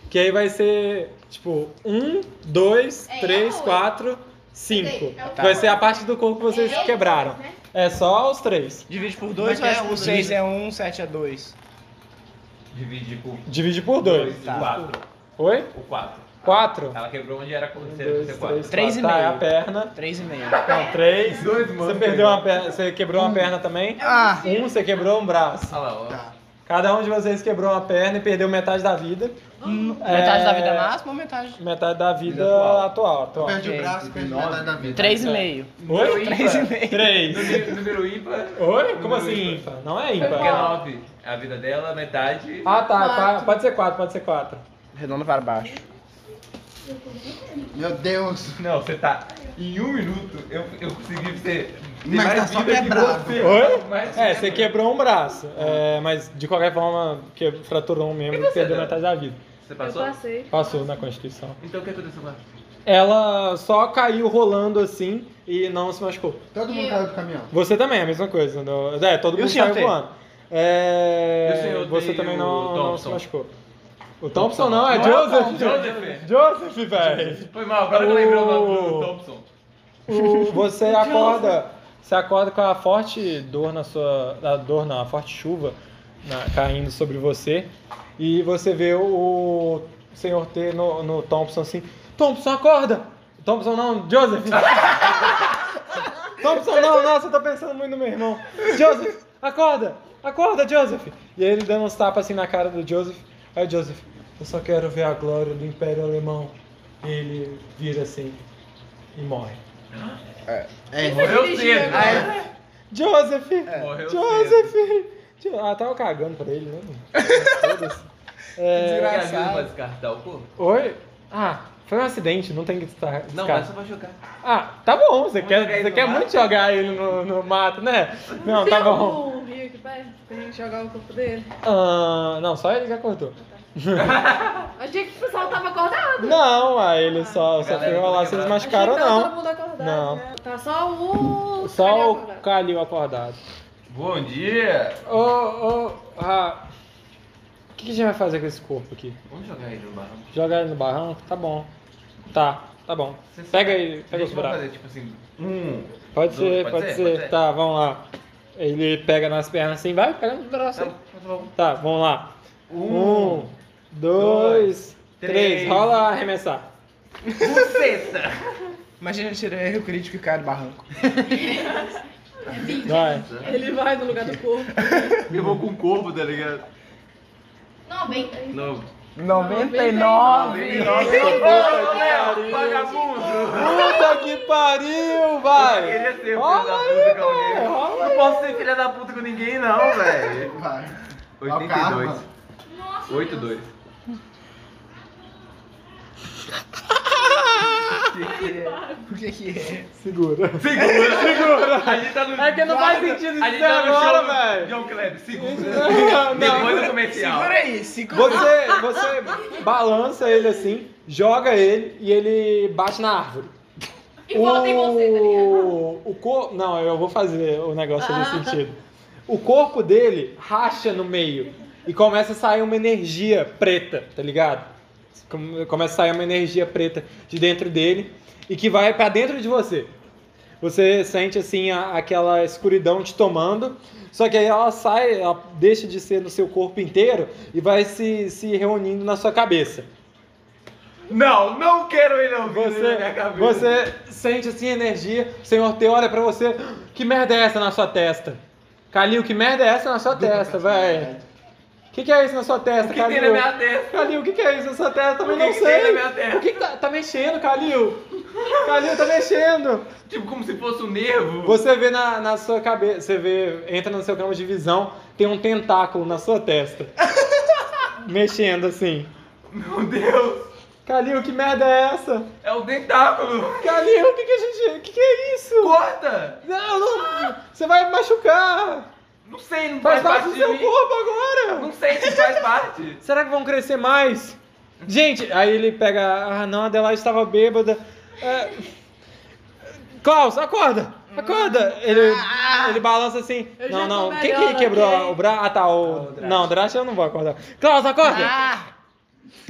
A: Que aí vai ser tipo um dois
D: É, é
A: três
D: oito.
A: quatro cinco
D: É oito.
A: Vai ser a parte do corpo que vocês
D: É,
A: quebraram.
D: né?
A: É só os três.
B: Divide por 2,
E: Como é
B: mas
E: que é o
B: o 6 é 1, 7 é 2.
F: Divide por
A: Divide por dois.
F: dois,
B: Tá.
F: quatro.
A: Oi?
F: O 4.
A: Quatro.
F: Ela quebrou onde era com
A: Um,
F: ser
A: dois,
F: 4.
A: três,
B: Três
A: quatro.
B: e
A: Tá,
B: meio.
A: é a perna.
B: 3,5.
A: Não, três.
F: Dois, mano.
A: Você
E: né?
A: perdeu uma perna. Você quebrou uma perna também?
B: Ah,
A: Um, você quebrou um braço.
F: Olha lá, ó.
E: Tá.
A: Cada um de vocês quebrou uma perna e perdeu metade da vida.
B: metade da vida
A: É.
B: máxima ou metade?
A: Metade da vida
F: Vida
A: atual. atual.
E: Perde o braço, perde metade da vida.
B: 3,5.
A: Oi?
F: Número
B: Três e
F: ímpar.
B: meio.
A: Três.
F: Número- Número ímpar.
A: Oi? Como
F: Número
A: assim
F: ímpar?
A: ímpar? Não é
F: Porque é
A: ímpar.
F: 9. A vida dela, metade.
A: Ah, tá.
C: Quatro.
A: pa- Pode ser quatro, pode ser quatro.
B: Redondo para baixo.
E: Meu Deus.
F: Não, você tá. Em um minuto eu, eu consegui ser. ter
E: Mas tá só
F: vida que
E: quebrado.
F: você.
A: Oi?
F: Mas-
A: É, você quebrou um braço. é, mas de qualquer forma, que fraturou um membro e
F: você,
A: perdeu
F: Dan?
A: metade da vida.
F: Você
C: Eu
F: passou?
C: passei.
A: Passou na Constituição.
F: Então o que aconteceu lá?
A: Ela só caiu rolando assim e não se machucou.
E: Todo mundo
D: E-
E: caiu do caminhão.
A: Você também, a mesma coisa. não- É, todo
B: E o
A: mundo
B: senhor
A: saiu
B: T?
A: voando. É,
F: E o senhor T
A: você
F: e
A: também
F: o
A: não, não se
F: Thompson?
A: machucou. O Thompson não, é
B: Não é o
A: Joseph.
F: Joseph.
A: Joseph, velho.
F: Foi mal, agora que eu lembrei o nome
A: O-
F: do Thompson.
A: O- Você acorda, você acorda com a forte dor na sua, a dor não, a forte chuva na- caindo sobre você e você vê o senhor T no, no Thompson assim, Thompson acorda, Thompson não, Joseph. Thompson não, nossa, eu tô pensando muito no meu irmão. Joseph, acorda, acorda, Joseph. E aí ele dando uns tapas assim na cara do Joseph. Aí o Joseph, eu só quero ver a glória do Império Alemão. E ele vira assim e morre.
E: É,
F: Morreu
C: dirigindo
F: cedo.
C: agora?
F: né?
A: Joseph!
F: É. Morreu
A: Joseph! Jo- Ah, tava cagando pra ele, né? Foda-se.
F: Você
A: É...
F: quer ajuda pra descartar o corpo?
A: Oi? Ah, foi um acidente, não tem que estar.
F: Não,
A: descar-
F: mas só pra jogar.
A: Ah, tá bom, você
F: Vamos
A: quer,
F: jogar ele
A: você
F: no
A: quer
F: mato?
A: muito jogar ele no, no mato, né? Não, tá
C: Tem
A: bom.
C: algum rio aqui perto pra gente jogar o corpo dele?
A: Ah, não, só ele que acordou.
C: Achei que o pessoal tava acordado.
A: Não, aí ele só, só
F: Ah, Galera,
A: foi lá se
F: tudo
A: eles
F: quebrado.
C: Achei
A: machucaram ou
C: que tava
A: não.
C: todo mundo acordado.
A: Não.
C: né? Tá só o.
A: Só
C: Calil
A: o
C: acordado.
A: Calil acordado.
F: Bom dia!
A: Ô, ô, ah, o que, que a gente vai fazer com esse corpo aqui?
F: Vamos jogar ele no barrão.
A: Jogar ele no barranco? Tá bom. Tá, tá bom.
F: Vocês-
A: Pega ele, pega os
F: Gente, vamos
A: buracos.
F: fazer tipo assim, um...
A: Pode
F: dois,
A: ser, pode ser. Tá, vamos lá. Ele pega nas pernas assim, vai, pega nos braços.
F: Tá,
A: aí.
F: bom.
A: Tá, vamos lá.
F: Um...
A: Um, dois, três.
F: três.
A: Rola arremessar.
F: Buceta!
B: Imagina, eu tirei o crítico e caio do barranco.
A: Vai.
C: Ele vai no lugar do corpo.
F: Eu vou com o corpo, tá ligado?
D: Não, bem.
F: Não.
B: 99!
F: Vagabundo!
A: Puta que pariu,
F: Eu
A: vai!
F: queria ser filho da
A: Rola aí,
F: puta
A: velho,
F: com alguém.
A: rola
F: Não posso ser filha da puta com ninguém, não, velho.
E: Vai.
F: 82.
D: Nossa.
F: 82.
B: O que que é?
A: Segura.
F: Segura, segura! A gente tá no.
A: É que não faz sentido isso
F: tá
A: agora, velho.
F: John Kleber, segura.
A: Não,
F: Depois
A: não.
F: do comercial.
B: Segura aí, segura
A: Você, você balança ele assim, joga ele e ele bate na árvore.
D: E volta em você, tá ligado? Ah.
A: o, o corpo. Não, eu vou fazer o negócio nesse sentido. O corpo dele racha no meio e começa a sair uma energia preta, tá ligado? Come- Começa a sair uma energia preta de dentro dele e que vai pra dentro de você. Você sente assim a- aquela escuridão te tomando, só que aí ela sai, ela deixa de ser no seu corpo inteiro e vai se, se reunindo na sua cabeça.
F: Não, não quero ele ouvir na minha
A: Você,
F: cabeça.
A: você sente assim energia, o senhor T olha pra você, que merda é essa na sua testa? Calil, que merda é essa na sua testa, velho? Que que é isso na sua
F: O
A: testa,
F: que tem na
A: Calil?
F: minha testa?
A: Calil, o que que é isso na sua testa? Também
F: O que
A: não
F: que tem na
A: sei.
F: minha testa?
A: O que que tá, tá mexendo, Calil? Calil, tá mexendo.
F: Tipo, como se fosse um nervo.
A: Você vê na, na sua cabeça, você vê, entra no seu campo de visão, tem um tentáculo na sua testa. mexendo assim.
F: Meu Deus!
A: Calil, que merda é essa?
F: É o tentáculo!
A: Calil, o que que a gente... O que que é isso?
F: Corta!
A: Não, não! Você vai me machucar!
F: Não sei, não
A: Faz
F: faz,
A: parte do
F: de
A: seu
F: mim.
A: corpo agora!
F: Não sei se faz parte.
A: Será que vão crescer mais? Gente, aí ele pega. Ah, não, a Adelaide estava bêbada. É... Klaus, acorda! Acorda! Ele, ele balança assim.
C: Ah. Eu já
A: não,
C: tô
A: não. Quem que
C: melhor,
A: quebrou
C: ok?
A: o braço? Ah, tá.
F: Ah, o
A: O...
F: Drax.
A: não, o Drash eu não vou acordar. Klaus, acorda!
B: Ah!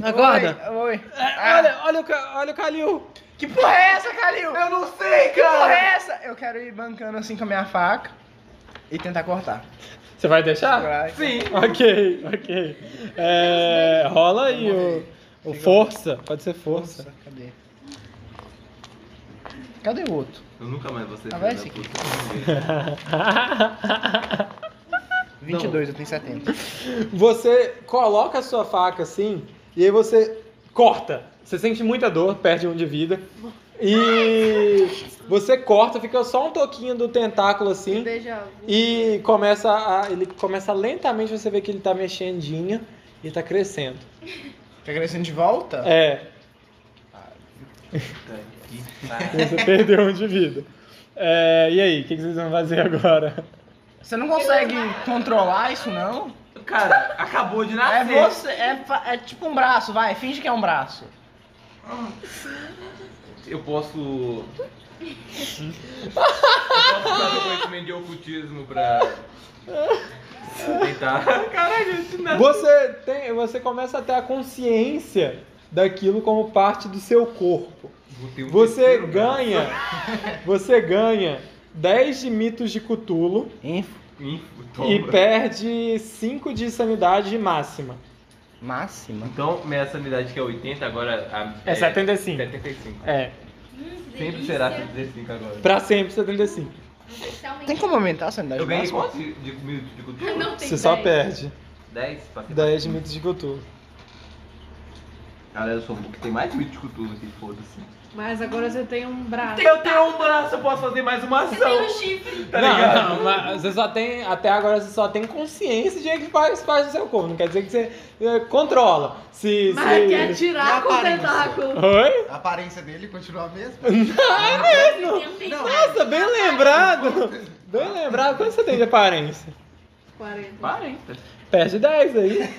A: acorda!
B: Oi, oi.
A: É, Olha, olha, o, Ca- olha o Calil!
B: Que porra é essa, Calil?
F: Eu não sei,
B: Que porra é
F: cara!
B: essa? Eu quero ir bancando assim com a minha faca e tentar cortar.
A: Você vai deixar?
B: Segurar e-
F: Sim.
A: Ok, ok. É, rola aí o, o força. Pode ser força.
B: Nossa, cadê? Cadê o outro?
F: Eu nunca mais vou ser
B: Ah, vai,
F: filho da
B: Chiquinho.
F: puta.
B: 22, eu tenho 70.
A: Você coloca a sua faca assim e aí você corta. Você sente muita dor, perde um de vida. E você corta, fica só um toquinho do tentáculo assim.
C: Deja vu.
A: E começa a. Ele começa lentamente, você vê que ele tá mexendinho e tá crescendo.
B: Tá crescendo de volta?
A: É,
F: Puta que pariu.
A: você perdeu um de vida. É, e aí, o que que vocês vão fazer agora?
B: Você não consegue controlar isso, não?
F: Cara, acabou de
B: É
F: nascer.
B: você, é, fa- é tipo um braço, vai, finge que é um braço.
F: Eu posso. Eu posso usar meu conhecimento de ocultismo pra. pra tentar. Caralho, isso não.
A: Você, tem, você começa a ter a consciência daquilo como parte do seu corpo.
F: Botei um
A: Você
F: terceiro braço.
A: ganha. Você ganha 10 de mitos de Cutulo
B: Info.
F: Info,
A: e
F: toma.
A: perde 5 de sanidade máxima.
B: Máxima.
F: Então, minha sanidade que é 80, agora. A,
A: É 75.
F: 75.
A: É,
D: Hum,
F: Sempre
D: delícia.
F: será 75 agora.
A: pra sempre 75.
D: Especialmente-
B: Tem como aumentar a sanidade
F: Eu ganhei
B: máxima?
F: quanto de, de, de, de cultura?
D: Não tem né?
A: Você só
D: ideia.
A: perde
F: 10? Passei
A: 10 de mitos de Cutulo.
F: Galera, eu sou um pouco que tem mais mítico tudo aqui, foda-se.
C: Mas agora você tem um braço.
F: Eu tenho um braço, eu posso fazer mais uma
D: Você tem um
F: ação.
D: chifre.
F: Tá ligado?
A: Não, não, mas você só tem. Até agora você só tem consciência de que faz parte do seu corpo. Não quer dizer que você eh, controla. Se.
C: Mas
A: se...
D: é
C: quer tirar com o
E: Aparência.
C: tentáculo.
A: Oi?
E: A aparência dele continua a mesma?
F: Ah, é?
D: Não tem nada.
A: Nossa, bem lembrado! Bem lembrado, quanto você tem de aparência?
C: 40.
F: 40.
A: Perde 10 aí.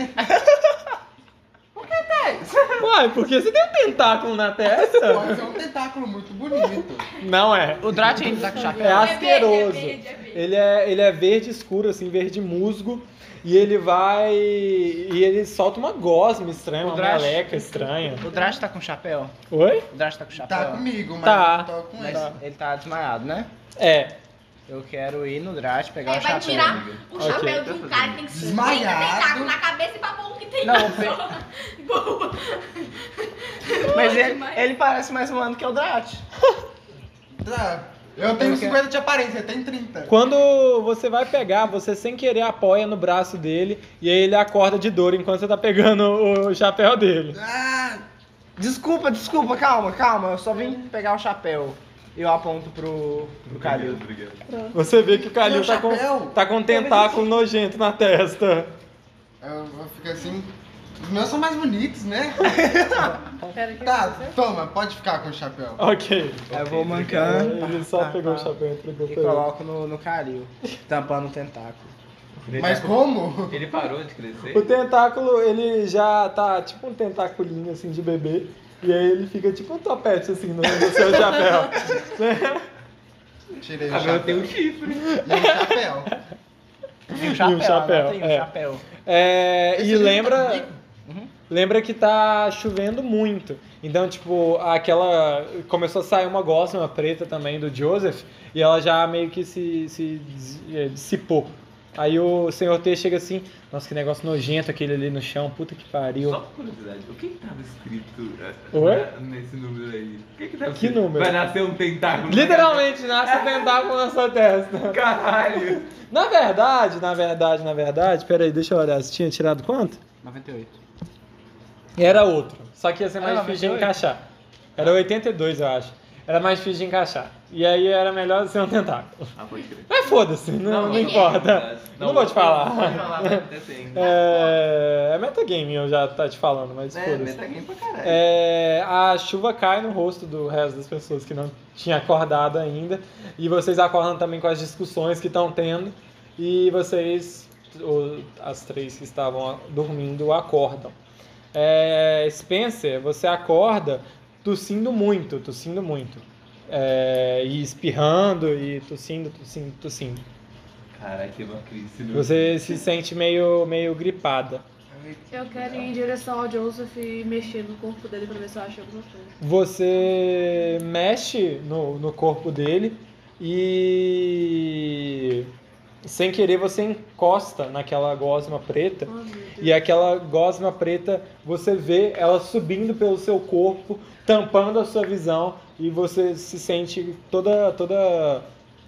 A: Uai, porque você tem um tentáculo na testa?
E: Mas é um tentáculo muito bonito.
A: Não é.
B: O Drat ainda tá com chapéu.
A: É
D: É verde, é
A: asqueroso.
D: verde, é verde.
A: Ele é, ele é verde escuro, assim, verde musgo. E ele vai. E ele solta uma gosma estranha,
E: Um
A: uma
B: Contraste.
A: meleca estranha.
B: O Drat tá com chapéu.
A: Oi?
B: O Drat tá com chapéu.
E: Tá comigo, mas
A: Tá.
E: não tô com
B: Mas
E: esse.
B: ele tá desmaiado, né?
A: É.
B: Eu quero ir no Drat pegar
D: Aí
B: o
D: vai
B: chapéu.
D: tirar o
A: Ok.
D: chapéu de um cara que tem que
E: Desmaiado.
D: tentáculo na cabeça e babou o que tem
B: Não,
D: na
B: o pe-
D: zona. Boa.
B: Mas ele,
D: demais.
B: ele parece mais humano que é o Drat.
E: Tá. Eu
A: Então
E: tenho
B: Eu quero-
E: 50 de aparência, tem 30.
A: Quando você vai pegar, você sem querer apoia no braço dele. E aí ele acorda de dor enquanto você tá pegando o chapéu dele.
E: Ah,
B: Desculpa, desculpa, calma, calma. Eu só vim pegar o chapéu. Eu aponto pro, pro Calil.
F: Obrigado.
A: Você vê que o Calil
E: Meu
A: tá com,
E: chapéu.
A: tá com um tentáculo nojento na testa. tá-
E: eu vou ficar assim. Os meus são mais bonitos, né?
C: Pera, é o que
E: Tá,
C: aconteceu?
E: toma, pode ficar com o chapéu.
A: Ok.
B: Eu vou mancar.
A: Ele só
B: tá,
A: pegou
B: tá.
A: o chapéu e entregou
B: E
A: pra ele.
B: coloco no, no Calil, tampando o tentáculo.
F: Ele
E: Mas
F: tá-
E: como?
F: Ele parou de
A: O
F: crescer?
A: tentáculo, ele já tá tipo um tentaculinho assim de bebê. E aí ele fica tipo um topete assim no, no seu chapéu.
E: Tirei o
F: Agora tem
E: chapéu.
F: um chifre.
E: E o chapéu.
B: Um chapéu,
A: E um chapéu,
B: anota aí, um
A: é.
B: chapéu.
A: É,
E: Esse
A: e
E: aqui tá
A: lembra.
E: comigo?
A: Lembra que tá chovendo muito. Então, tipo, aquela. Começou a sair uma gosma preta também do Joseph. E ela já meio que se, se dis- eh, dissipou. Aí o senhor T chega assim: Nossa, que negócio nojento aquele ali no chão. Puta que pariu.
F: Só por curiosidade, o que que tava escrito eh,
A: Oi?
F: na- nesse número aí? O que que tava
A: Que
F: escrito?
A: número?
F: Vai nascer um tentáculo.
A: Literalmente nasce um tentáculo na sua testa.
F: Caralho!
A: Na verdade, na verdade, na verdade, peraí, deixa eu olhar. Você tinha tirado quanto?
B: 98.
A: Era outro. Só que ia ser mais
B: Era
A: difícil de
B: 98?
A: encaixar. Era 82, eu acho. Era mais difícil de encaixar. E aí era melhor ser um tentáculo.
F: Ah, pode crer.
A: Mas foda-se, não, não
F: é
A: importa.
F: verdade.
A: Não, vou te
F: Pode
A: falar.
F: falar, mas até tem.
A: É, é metagame, eu já tá te falando, mas
F: É,
A: foda-se.
F: metagame pra caralho.
A: É, a chuva cai no rosto do resto das pessoas que não tinha acordado ainda. E vocês acordam também com as discussões que estão tendo. E vocês, o- as três que estavam a- dormindo, acordam. É, Spencer, você acorda tossindo muito, tossindo muito. É, e espirrando, e tossindo, tossindo, tossindo.
F: Caralho, teve uma crise. cirúrgica.
A: É. Você se sente meio, meio gripada.
C: Eu quero ir em direção ao Joseph e mexer no corpo dele pra ver se eu acho alguma coisa.
A: Você mexe no, no corpo dele e sem querer você encosta naquela gosma preta
C: Oh, meu Deus.
A: e É, aquela gosma preta você vê ela subindo pelo seu corpo, tampando a sua visão e você se sente toda toda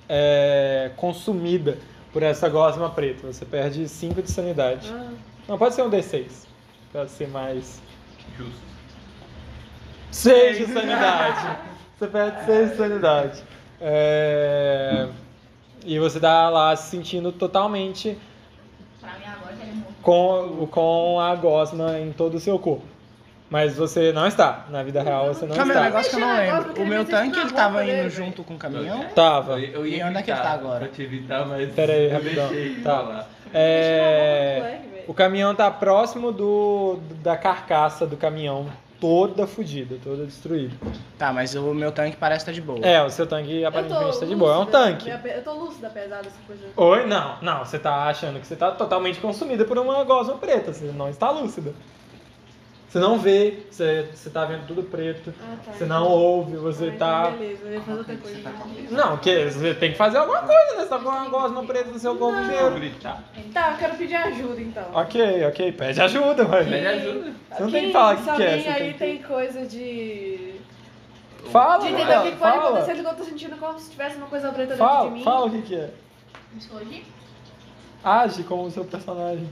A: é, consumida por essa gosma preta. Você perde 5 de sanidade.
C: Ah,
A: Não pode ser um D6. Pra ser mais
F: Justo.
A: 6 de sanidade. Você perde 6 de sanidade. É, E você dá lá se sentindo totalmente
D: Pra mim agora que ele é morto.
A: com, com a gosma em todo o seu corpo. Mas você não está. Na vida real você não
B: Calma, é um
A: está.
B: negócio que eu não
C: Mexer agora,
B: lembro.
C: porque
B: O
C: ele
B: meu
C: fez isso
B: tanque,
C: na
B: ele tava
C: roupa dele,
B: indo
C: velho.
B: junto com o caminhão?
A: Tava.
F: Eu, eu
B: E
F: ia
B: onde é que ele
F: evitar
B: tá agora?
F: Pra te evitar, mas.
A: Pera aí,
F: eu
A: rapidão.
F: deixei
A: Tá.
F: falar.
A: É,
C: Mexer na roupa do moleque, velho.
A: O caminhão tá próximo do, da carcaça do caminhão. Toda fodida, toda destruída.
B: Tá, mas o meu tanque parece que tá de boa.
A: É, o seu tanque
C: Eu tô né?
A: aparentemente tá de boa. É um
C: lúcida,
A: tanque.
C: minha pe- Eu tô lúcida, apesar dessa coisa.
A: Oi? Não, não, você tá achando que você tá totalmente consumida por uma gosma preta, você não está lúcida. Você não vê, você, você tá vendo tudo preto,
C: Ah, tá.
A: você não ouve, você
C: Ah,
A: tá.
C: então Beleza, eu ia fazer outra coisa.
E: Você tá com medo?
A: Não, que você tem que fazer alguma coisa, né? Você tá com uma gosma preta no seu corpo
F: Vou
A: inteiro.
F: gritar.
C: Tá, eu quero pedir ajuda então.
A: Ok, ok, pede ajuda, mas.
F: Pede ajuda.
A: Você Ah, não tem que falar o que
C: se
A: que é,
C: alguém
A: você tem
C: aí tem, coisa de.
A: Fala,
C: De
A: Não,
C: entender o
B: tá
A: fala.
C: que que pode acontecer do que eu tô sentindo como se tivesse uma coisa preta dentro de
A: Fala,
C: mim.
A: fala o que, que é.
D: Psicologia?
A: Age como o seu personagem.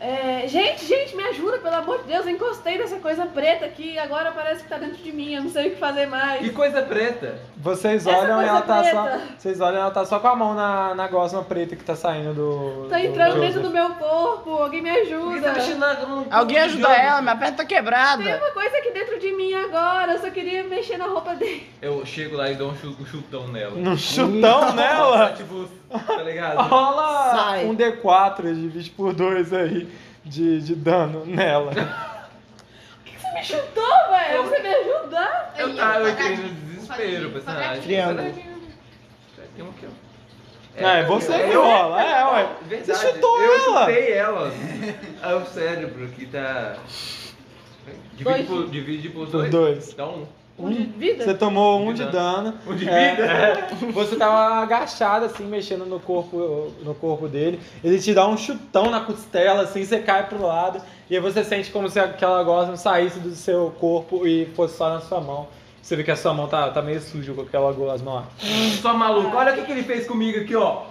C: É, gente, gente, me ajuda, pelo amor de Deus, eu encostei nessa coisa preta aqui, agora parece que tá dentro de mim, eu não sei o que fazer mais.
F: Que coisa preta.
A: Vocês
C: Essa
A: olham e
C: coisa
A: ela tá só.
C: preta.
A: Vocês olham e ela tá só com a mão na, na gosma preta que tá saindo do.
C: Tá
A: do
C: entrando
A: Joseph.
C: dentro do meu corpo, alguém me
F: Por que tá
C: ajuda.
F: mexendo na- no- no-
B: Alguém
F: no
B: ajuda
F: jogo?
B: ela, minha perna tá
C: Tem
B: quebrada.
C: uma coisa aqui dentro de mim agora, eu só queria mexer na roupa dele.
F: Eu chego lá e dou um, chu- um chutão nela.
A: Num chutão nela?
F: Tipo, tá ligado?
A: Rola
B: Sai.
A: um D4 de 20 por 2 aí. de, de dano nela.
C: Por que que você me chutou, velho? Você me ajudar?
F: Eu tava eu entrei no desespero, pensando, ah,
B: Triângulo.
F: Tem um aqui, ó.
A: Ah, é você que rola. É, ué.
F: Verdade,
A: Você chutou
F: eu
A: ela.
F: chutei ela. É o cérebro que tá. Divide
C: Dois.
F: por, divide por
A: Por
F: dois.
A: dois.
F: Dá um.
C: Um de vida?
A: Você tomou
F: Um
A: um
F: de
A: de dano.
F: Um de
A: É,
F: vida.
A: Você tava agachado, assim, mexendo no corpo, no corpo dele. Ele te dá um chutão na costela, assim, você cai pro lado. E aí você sente como se aquela gosma saísse do seu corpo e fosse só na sua mão. Você vê que a sua mão tá, tá meio suja com aquela gosma lá.
F: Um Só maluco. Olha o que, que ele fez comigo aqui, ó.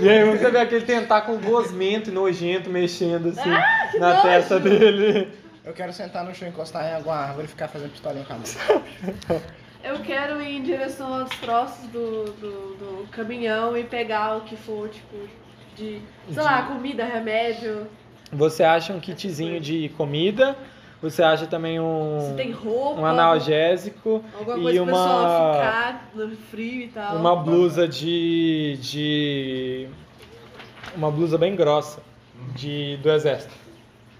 A: E aí você vê aquele tentáculo gosmento e nojento mexendo, assim,
C: Ah, que
A: na
C: nojo!
A: testa dele.
B: Eu quero sentar no chão, encostar em alguma árvore e ficar fazendo pistolinha com a mão.
C: Eu quero ir em direção aos troços do, do, do caminhão e pegar o que for, tipo, de, sei lá, comida, remédio,
A: Você acha um kitzinho de comida. Você acha também
C: se
A: um,
C: tem roupa,
A: um analgésico.
C: alguma
A: e
C: coisa pro pessoal
A: uma-
C: ficar no frio e tal.
A: Uma blusa de. de. Uma blusa bem grossa. De, do exército.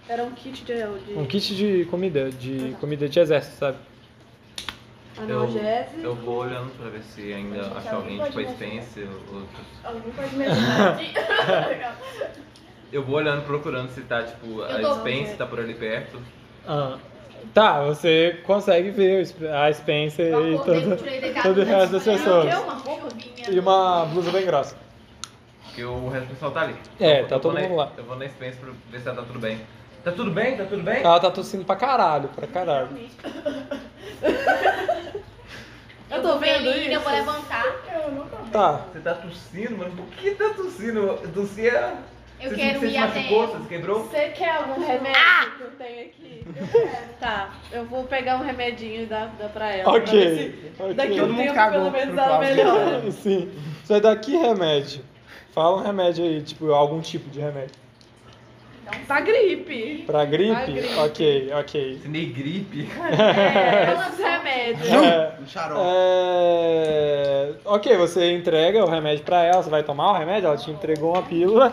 C: Era um kit de, de
A: Um kit de comida, de comida de exército, sabe?
C: analgésico.
F: Eu vou olhando pra ver se ainda
D: Gente,
F: acho
D: alguém
F: alguém tipo
D: pode me
F: Spence ou outros.
D: Alguém pode me ajudar aqui?
F: Eu vou olhando, procurando se tá, tipo,
D: Eu tô-
F: a Spence tá por ali perto.
A: Ah, tá, você consegue ver o Sp- a Spencer
C: Tá
A: e
D: Eu acordei,
A: toda.
D: tirei deitado
A: todo o
D: no
A: resto das
D: sofá.
A: É, pessoas.
D: Eu quero uma roupa minha.
A: E uma blusa bem grossa.
F: Porque o resto do pessoal tá ali.
A: É,
F: Eu
A: tá
F: vou
A: todo
F: na-
A: mundo lá.
F: Eu vou na Spence pra ver se ela tá tudo bem. Tá tudo bem? Tá tudo bem?
A: Ela tá tossindo pra caralho, pra caralho.
C: Eu tô vendo
D: bem, Eu vou
C: isso.
D: levantar. Eu nunca
A: Tá.
F: Você tá tossindo, mano? Por que tá tossindo? Tossir é.
D: Eu
F: você,
D: quero
F: você
D: ir
F: se
D: até
F: machucou, você se quebrou?
C: Você quer algum remédio que eu tenho aqui? Tá, eu vou pegar um remedinho e dar, dar pra ela. pra ver se
A: Ok.
C: um assim, Daqui a
B: Todo
A: ok.
C: um
B: mundo
C: tempo,
B: cagou
C: pelo menos,
B: pro
C: ela
B: Klaus
C: melhora.
B: Guimarães.
A: Sim. Você dá que remédio? Fala um remédio aí, tipo, algum tipo de remédio.
C: Tá gripe.
A: Pra gripe?
C: Pra gripe.
A: Ok, ok.
F: Você nem gripe.
C: É, esses remédios.
A: É,
E: Um xarope.
A: É... Ok, você entrega o remédio pra ela, você vai tomar o remédio, ela te entregou uma pílula.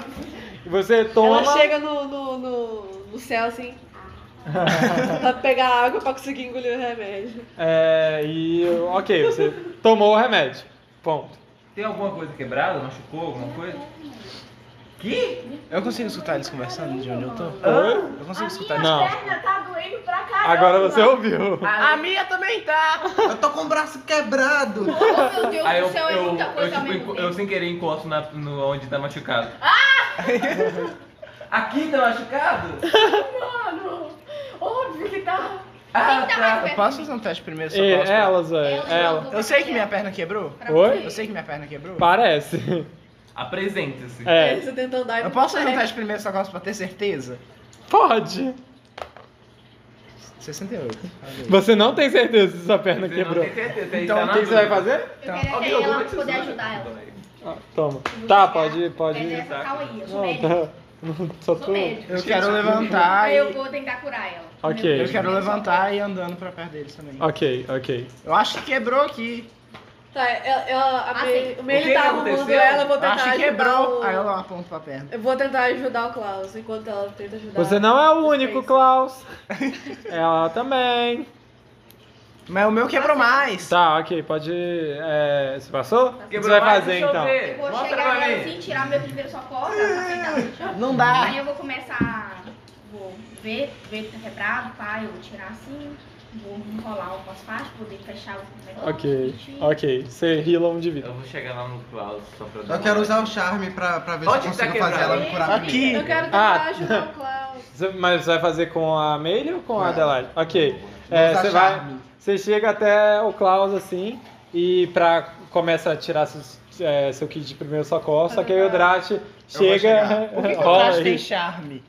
A: E você toma.
C: Ela chega no, no, no, no céu assim. pra pegar água pra conseguir engolir o remédio.
A: É, e. Ok, você tomou o remédio. Ponto.
F: Tem alguma coisa quebrada? Machucou alguma coisa? Que?
B: Eu consigo escutar eles conversando de onde eu tô?
F: Hã?
B: Eu consigo escutar
D: A
B: eles.
A: Não.
D: minha
C: é
D: perna tá doendo pra caramba.
A: Agora você é ouviu.
C: Ah.
B: A minha também tá!
E: Eu tô com o braço quebrado.
D: Oh, meu Deus
F: Aí eu,
D: do céu, é
F: eu,
D: muita
F: eu,
D: coisa ao
F: tipo,
D: mesmo
F: enco- eu
D: tempo.
F: sem querer encosto na, no, onde tá machucado.
D: Ah!
F: Aqui tá machucado?
D: Mano, óbvio que tá.
F: Ah,
D: Quem tá mais
F: tá.
D: perto?
B: Eu posso fazer um teste primeiro
A: E,
B: sobre
A: elas, velho.
D: Elas
A: É, Ela.
D: não.
B: Eu sei que minha perna é quebrou.
D: Pra
A: Oi?
D: você.
B: Eu sei que minha perna quebrou.
A: Parece.
F: Apresente-se.
A: É.
C: Você tenta andar e
B: Eu
C: não
B: posso fazer um
C: consegue.
B: teste primeiro socorro pra ter certeza?
A: Pode.
B: 68.
A: Você não tem certeza se sua perna
F: Você
A: quebrou.
F: não tem certeza, aí
A: Então
F: tá
A: o
F: na
A: que que você vai
F: dúvida.
A: fazer?
D: Eu quero até
F: Alguém,
D: ela
F: alguma
D: poder
F: tesoura?
D: ajudar ela.
A: Ah, toma. Tá, pode. pode...
D: Mas essa calma aí, eu sou
A: Não,
D: médica.
A: tá. Não, Só
D: Eu sou
A: tu.
D: médica.
B: Eu quero levantar
D: Aí eu
B: e...
D: vou tentar curar ela.
A: Ok.
B: Eu quero levantar e ir andando pra perto deles também.
A: Ok, ok.
B: Eu acho que quebrou aqui.
C: Tá, ela, ela, a
D: Ah,
C: Mei-
D: sim.
C: o meio
F: O que
C: tá
F: que
C: arrumando
F: aconteceu?
C: ela, eu vou
B: Eu
C: tentar
B: acho que
C: ajudar
B: quebrou.
C: o-
B: Aí eu aponto pra perna.
C: Eu vou tentar ajudar o Klaus enquanto ela tenta ajudar.
A: Você não é o único,
C: Spencer.
A: Klaus. É Ela também.
B: Mas o meu quebrou mais.
A: Tá, ok, pode. É, você passou? O que você
F: Quebrou
A: vai
F: mais? um
A: fazer
F: Deixa eu
A: então?
F: ver.
D: Eu vou
F: Mostra
D: chegar
F: pra
D: nela
F: mim.
D: assim, tirar meu primeiro socorro, tá ela vai sentar no chão.
B: Não dá.
D: Aí eu vou começar, vou ver, ver que tá quebrado, pá, eu vou tirar assim, vou enrolar o fosfato, poder fechar o negócio.
A: Ok,
D: bonitinho.
A: ok. Você heala um de vida.
F: Eu vou chegar lá no Klaus só pra dar
E: Eu
F: uma
E: quero
F: olhada.
E: usar o charme pra, pra ver
F: Onde
E: se eu
F: tá
E: consigo
F: quebrado?
E: fazer ela me curar.
B: Aqui.
C: Eu quero tentar
A: Ah.
C: ajudar o Klaus.
A: Você- Mas você vai fazer com a Amelie ou com a
E: Ah.
A: Adelaide? Ok.
E: Vou
A: É,
E: usar
A: você vai.
E: charme.
A: Você chega até o Klaus assim e pra, começa a tirar seus, é, seu kit de primeiro socorro, só que aí o Drat chega.
E: Ah. chegar.
B: Por que que o
A: rola
B: traste
A: aí.
B: tem charme?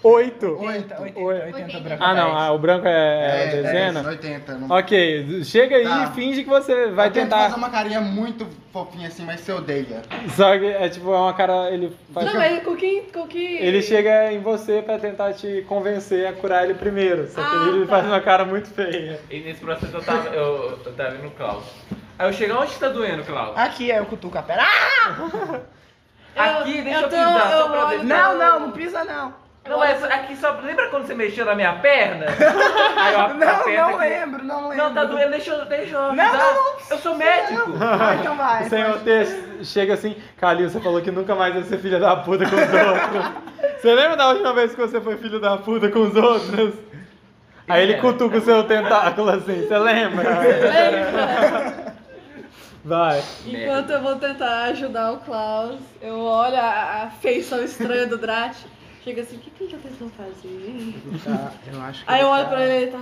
A: Oito.
B: 80, 80,
A: Oi.
B: 80 branco.
A: Ah não,
B: 10.
A: ah, o branco é,
E: É,
A: dezena?
E: 10, 80. Não...
A: Ok, chega aí
E: Tá.
A: e finge que você vai
E: eu tento
A: tentar.
E: fazer uma carinha muito fofinha assim, mas você odeia.
A: Só que é tipo, é uma cara. Ele faz.
C: Não, mas com que, com que...
A: Ele chega em você pra tentar te convencer a curar ele primeiro. Só que
C: Ah,
A: ele
C: tá.
A: faz uma cara muito feia.
F: E nesse processo eu tava, eu, eu tava indo no Klaus. Aí eu chego, onde tá doendo, Klaus?
B: Aqui, aí eu cutuco a perna. Ah!
C: Eu-
F: Aqui, deixa eu
C: tô-
F: pisar, só pra
C: olho
F: ver.
C: pro-
B: Não, não, não pisa não.
G: Não, é aqui só. Lembra quando você mexeu na minha perna? Aí eu
B: Não,
G: aperto
B: não
G: aqui.
B: lembro, não lembro.
G: Não, tá doendo, deixa eu. Deixa eu
B: Não,
G: avisar.
B: não,
G: Eu sou médico.
B: Ah, então vai.
A: O senhor T chega assim, Calil, você falou que nunca mais vai ser filha da puta com os outros. Você lembra da última vez que você foi filho da puta com os outros? Aí ele
G: É.
A: cutuca o seu tentáculo assim, você lembra?
C: Lembra?
A: Vai.
C: Enquanto eu vou tentar ajudar o Klaus, eu olho a, a feição estranha do Drat. Chega assim, o que, que ele tá tentando fazer? hein?"
B: Tá, eu acho que
C: Aí eu
B: ele
C: olho
B: tá-
C: pra ele e tá.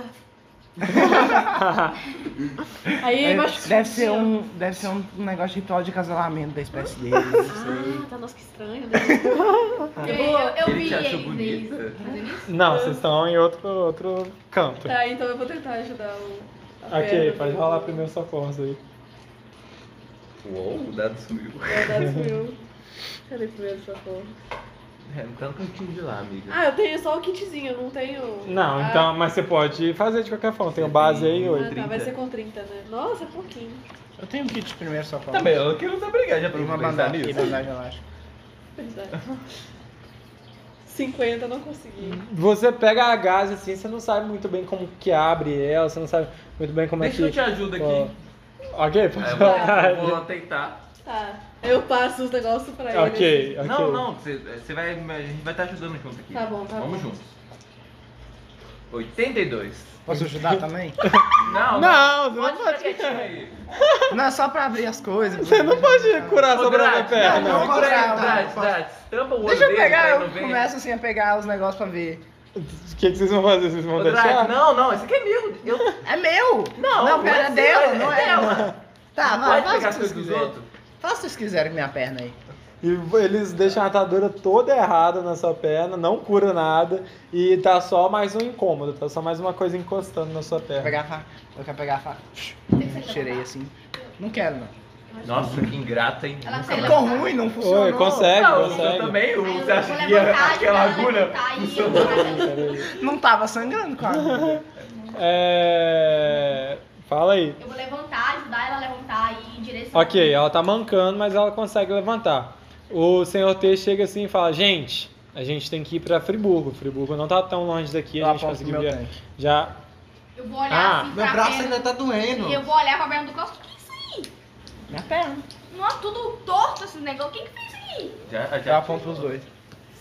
C: Aí ele machucou.
B: É, Deve ser, um, deve ser um negócio de ritual de casamento da espécie dele, não sei.
C: Ah, tá, nossa, que estranho. né?
D: Eu, eu, eu
F: Ele
D: vi
F: te achou
D: eles
F: bonita.
D: eles fazendo isso.
A: Não, vocês estão em outro, outro canto.
C: Tá, então eu vou tentar ajudar o. a
F: É.
A: Ok,
C: Pedro.
A: pode rolar primeiro socorros aí.
F: Uou, o dado sumiu.
C: É, that's will. Cadê primeiro socorro?
F: É,
G: um
F: não tá no cantinho de lá, amiga.
C: Ah, eu tenho só o kitzinho, eu não tenho.
A: Não,
C: Ah,
A: então, mas você pode fazer de qualquer forma. Tem o base aí,
C: Ah,
A: oito.
C: tá, vai
F: 30.
C: ser com 30, né? Nossa, é pouquinho.
B: Eu tenho um kit de primeiro socorro.
F: Também, Ah, tá eu quero dar brigada já pra
B: Tem uma
F: não pensar
B: bandagem, tem
F: nisso.
B: bandagem elástica.
C: Verdade. 50 é. eu não consegui.
A: Você pega a gás assim, você não sabe muito bem como que abre ela, você não sabe muito bem como
F: Deixa
A: é
F: eu É,
A: que.
F: te ajuda
A: Ó,
F: aqui.
A: Ok,
F: Aí
A: pode
F: eu
A: rolar.
F: vou- Ah, eu vou tentar.
C: Tá. Eu passo os negócios pra ele.
A: Ok, ok.
F: Não, não, você você vai. A gente vai estar ajudando junto aqui.
C: Tá bom, tá
F: Vamos
C: bom.
F: juntos. 82.
B: Posso ajudar também?
F: Não,
A: Não, você não
F: Pode
A: pode.
F: ficar quietinho aí.
B: Não, é só pra abrir as coisas.
A: Você não pode curar
F: Ô,
A: sobre a minha
F: Drat,
A: perna.
F: Não,
B: não,
F: segura aí,
B: não,
F: Drat,
E: não,
F: Drat. Tampa o olho
B: Deixa eu
F: dele,
B: pegar,
F: pra ele
B: eu
F: não ver.
B: começo assim a pegar os negócios pra ver.
A: O que, que vocês vão fazer? Vocês vão
F: Ô,
A: deixar?
F: Drat, não, não, esse aqui é meu. Eu...
B: É meu!
F: Não,
B: não, pera, é
F: seu,
B: dela, não é?
F: dela.
B: Tá, vai,
F: Pode
B: faz o
F: pegar
B: que vocês
F: as coisas dos
B: quiserem.
F: outros.
B: Faça o que vocês quiserem com minha perna aí.
A: E eles deixam a atadura toda errada na sua perna, não cura nada. E tá só mais um incômodo, tá só mais uma coisa encostando na sua
B: Vou
A: perna.
B: pegar a faca. Eu quero pegar a faca.
D: que você
B: Cheirei
D: vai
B: assim. Não quero, não.
F: Nossa, que ingrata, hein?
D: Ela
F: Nunca
D: fez-
F: mais-
B: Ficou ruim, não funcionou.
A: Oi, consegue,
F: Não, eu
A: consegue.
F: também.
D: Aí eu
F: Você
D: vou
F: acha que é
D: levantar,
F: aquela
D: ajudar ela a
F: agulha
D: levantar e
F: funcionou?
B: Não tava sangrando com a agulha.
A: É. Fala aí.
D: Eu vou levantar, ajudar ela a levantar aí em direção.
A: Ok, ela tá mancando, mas ela consegue levantar. O senhor T chega assim e fala: Gente, a gente tem que ir pra Friburgo. Friburgo não tá tão longe daqui,
B: Eu
A: a gente
B: aponto pro
A: conseguiu
B: meu
A: via...
B: tanque.
A: já.
D: Eu vou olhar
A: Ah,
D: assim pra
E: Meu braço
D: perna.
E: ainda tá doendo.
D: E eu vou olhar pra perna do Costa. O que é isso aí?
B: Minha perna.
D: Nossa, tudo torto esse negócio. Quem que fez isso aí?
F: Já,
B: Eu
F: já.
B: aponto pros dois.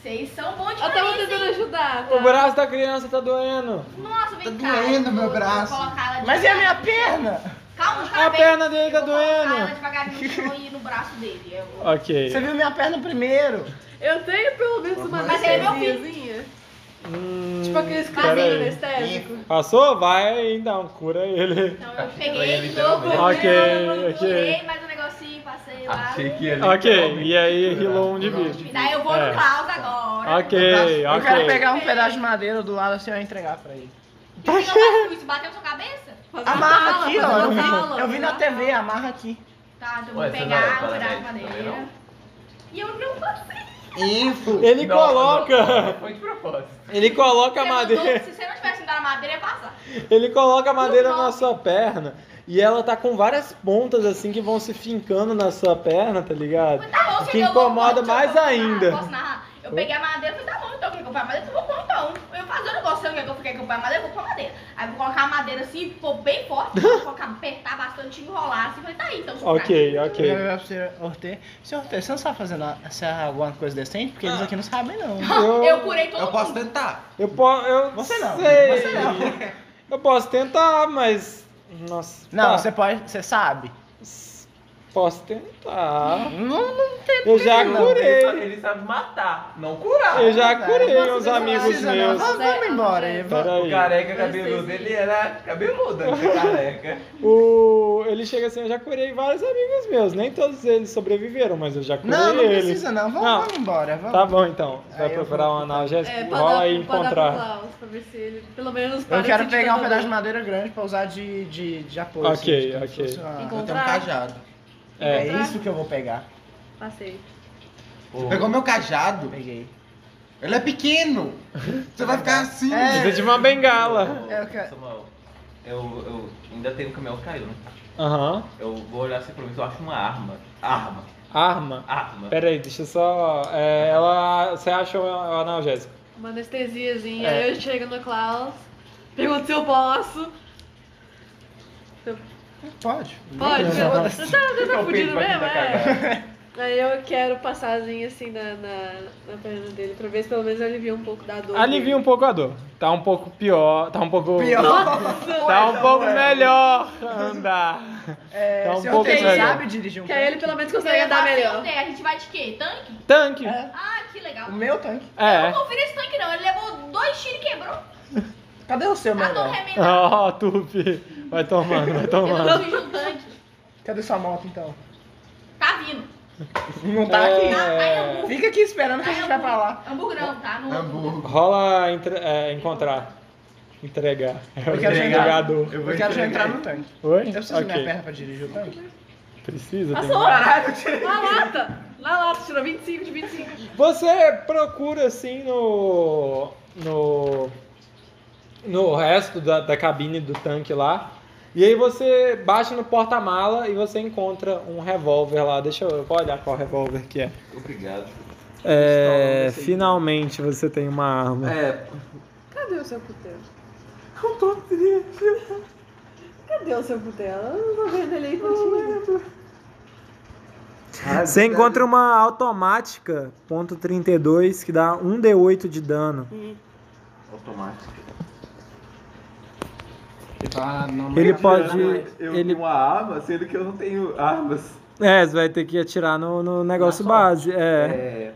D: Vocês são bons
C: Eu
D: demais,
C: tava
D: hein?
C: tentando ajudar.
A: O
C: Tá?
A: braço da criança tá doendo.
D: Nossa, vem
E: Tá
D: cá.
E: doendo
D: eu
E: meu
D: vou- eu vou
E: braço.
D: colocar ela de
B: Mas e a minha
D: lado.
B: perna?
D: Calma, de
A: A
D: cada vez.
A: perna dele tá
D: Eu vou colocar
A: doendo.
D: ela devagarinho no chão e no braço dele. Eu vou-
A: Ok.
B: Você viu minha perna primeiro?
C: Eu tenho pelo menos uma
D: Mas ele é meu filho.
C: anestesiazinha.
A: Hum,
C: Tipo aqueles
A: pera
C: casinhos
A: aí.
C: anestésicos.
A: Passou? Vai então, cura ele.
D: Então eu
F: Ele
D: peguei de novo.
F: literalmente.
A: Ok, ok.
D: Tirei mais um negocinho, passei lá.
F: Achei que ele.
A: Ok, e aí rilou um de vida.
D: E daí eu vou
A: É.
D: no né? Klaus agora.
A: Ok,
B: Eu quero
A: ok.
B: pegar um pedaço de madeira do lado assim e entregar pra ele.
D: E por que eu faço isso? Bateu na sua cabeça?
C: Fazer uma
B: Amarra
C: mala,
B: aqui,
C: fazer
B: ó.
C: uma
B: Eu
C: mala,
B: vi, eu vi
C: fazer
B: na
C: uma
B: TV,
C: mala.
B: amarra aqui.
D: Tá, então eu
F: Ué,
D: vou
F: você
D: pegar,
F: não é
D: furar a
F: parabéns,
D: madeira.
F: também
D: E eu não passei.
E: Info.
A: Ele
F: Nossa,
A: coloca.
F: Foi de propósito.
A: Ele coloca a
D: Você mandou-
A: madeira.
D: é Se você não tivesse me dado a madeira, eu ia passar.
A: Ele coloca a madeira na sua perna e ela tá com várias pontas assim que vão se fincando na sua perna, tá ligado?
D: Mas tá bom,
A: Que
D: você pegou o
A: incomoda
D: pão,
A: mais
D: posso narrar,
A: ainda.
D: Ah, Posso narrar? Eu peguei a madeira e falei, tá bom, então o que eu vou pôr a madeira? Eu vou pôr então. Eu fazer o negócio, sabe o que eu fiquei que eu pôr a madeira? Eu vou pôr a madeira. Aí eu vou colocar a madeira assim, pôr bem forte, vou colocar, apertar bastante, enrolar assim, falei, tá aí então. seu
A: Ok,
B: Eu ia
A: ok.
B: virar pro senhor Ortê. Senhor Ortê, você não sabe fazer na- essa- alguma coisa decente? Porque eles aqui não sabem, não.
D: cara."
A: Eu-
D: Eu curei todo
E: Eu posso
D: mundo.
E: tentar.
A: Eu posso. Eu
B: Você não,
A: sei.
B: você
A: Eu posso tentar, mas. Nossa.
B: Não,
A: tá.
B: você pode. Você sabe?
A: Posso tentar.
B: Não, não
A: Eu já
B: não.
F: Ele sabe,
A: curei.
F: ele sabe matar, não curar.
A: Eu já
B: Não,
A: curei
C: não
A: uns
C: precisa,
A: amigos
B: precisa, não.
A: meus.
B: Vamos, vamos embora.
C: Pera
B: vamos.
A: Pera
F: O
A: aí.
F: careca
C: Eu
F: cabeludo,
C: sei,
F: ele era cabeludo, ele era careca.
A: O... Ele chega assim, eu já curei vários amigos meus. Nem todos eles sobreviveram, mas eu já curei
B: Não, não
A: eles.
B: precisa, não. Vamos,
A: Não.
B: vamos embora. Vamos.
A: Tá bom então. Você
B: Aí
A: vai
B: eu
A: procurar
B: vou-
A: um analgésico,
C: É, pra
A: rola
C: dar,
A: e
C: pra dar pro
A: encontrar.
C: Klaus, pra ver se ele pelo menos para
B: Eu quero
C: de
B: pegar um
C: tanto
B: pedaço de
C: dor.
B: madeira grande pra usar de, de, de apoio.
A: Ok,
B: assim,
A: ok.
B: Funciona.
E: Eu tenho um
C: Encontrar?
E: cajado.
A: É.
B: É isso que eu vou pegar.
C: Passei.
F: Pô,
E: Pegou meu cajado.
B: Peguei.
E: Ele é pequeno. Você vai ficar assim.
B: É.
A: Precisa de uma bengala.
F: ô,
B: Eu quero-
F: Samuel, eu, eu ainda tenho o caminhão que caiu, né?
A: Aham.
F: Eu vou olhar se pelo menos eu acho uma arma. Arma,
A: Arma.
F: arma.
A: Pera aí, deixa eu só. é, ela. Você achou o analgésico?
C: uma anestesiazinha.
A: É.
C: Aí eu chego no Klaus, pergunto se eu posso.
B: Pode.
C: Pode?
A: Não.
C: Você tá, você tá
F: o peito
C: fudido
F: vai
C: mesmo?
F: tentar
C: É.
F: cagar.
C: Aí eu quero passazinha assim na, na, na perna dele, pra ver se pelo menos alivia um pouco da dor.
A: Alivia um pouco a dor. Tá um pouco pior, tá um pouco...
C: Nossa!
A: Tá um pouco melhor andar.
B: É,
A: Tá um
B: se
A: pouco
B: você
C: estranho.
B: sabe dirigir um
C: Que aí ele
B: tanque.
C: pelo menos
D: Eu
C: consegue
D: ia
C: andar
D: falar assim,
C: melhor.
D: "Ontem, A gente vai de quê? Tanque?
A: Tanque.
B: É,
D: Ah, que legal.
B: o meu tanque.
D: Eu
A: É.
D: não confio nesse tanque não, ele levou dois tiros e quebrou.
B: Cadê o seu, meu
D: Ah, não,
B: irmão?
D: remendado.
A: Ó, Tupi. Vai tomando, vai
D: Eu
A: tomando.
D: não fiz um tanque.
B: Cadê sua moto, então?
D: Tá vindo.
B: Não tá aqui.
C: Ah.
D: Tá, tá em
A: É,
D: Hamburgo.
B: Fica aqui esperando que a gente vai pra lá.
D: Hamburgo não, tá
E: É
D: no...
E: Hamburgo.
A: Rola entre- é, encontrar. Entregar. É o
B: Eu quero
A: entregador.
B: Eu, quero já entrar no tanque.
A: Oi?
B: Eu preciso de minha
A: Ok.
B: perna pra dirigir o tanque?
A: Precisa, tem
C: Passou!
G: Caralho, tira-
C: Na lata! Na lata, tirou 25 de 25.
A: Você procura assim no. no. no resto da, da cabine do tanque lá. E aí você bate no porta-mala e você encontra um revólver lá. Deixa eu, eu vou olhar qual revólver que é.
F: Obrigado.
A: É. Finalmente você tem uma arma.
F: É,
C: Cadê o seu puteiro? Cadê o seu puteiro? Eu não tô vendo ele aí tá contigo.
A: Você encontra uma automática, ponto 32, que dá 1d8 de dano.
F: automático.
E: Tá, não,
A: Ele
E: não.
A: pode.
F: Eu
A: ele-
F: tenho uma arma, sendo que eu não tenho armas.
A: É, você vai ter que atirar no, no negócio
G: Na
A: base. É.
F: É.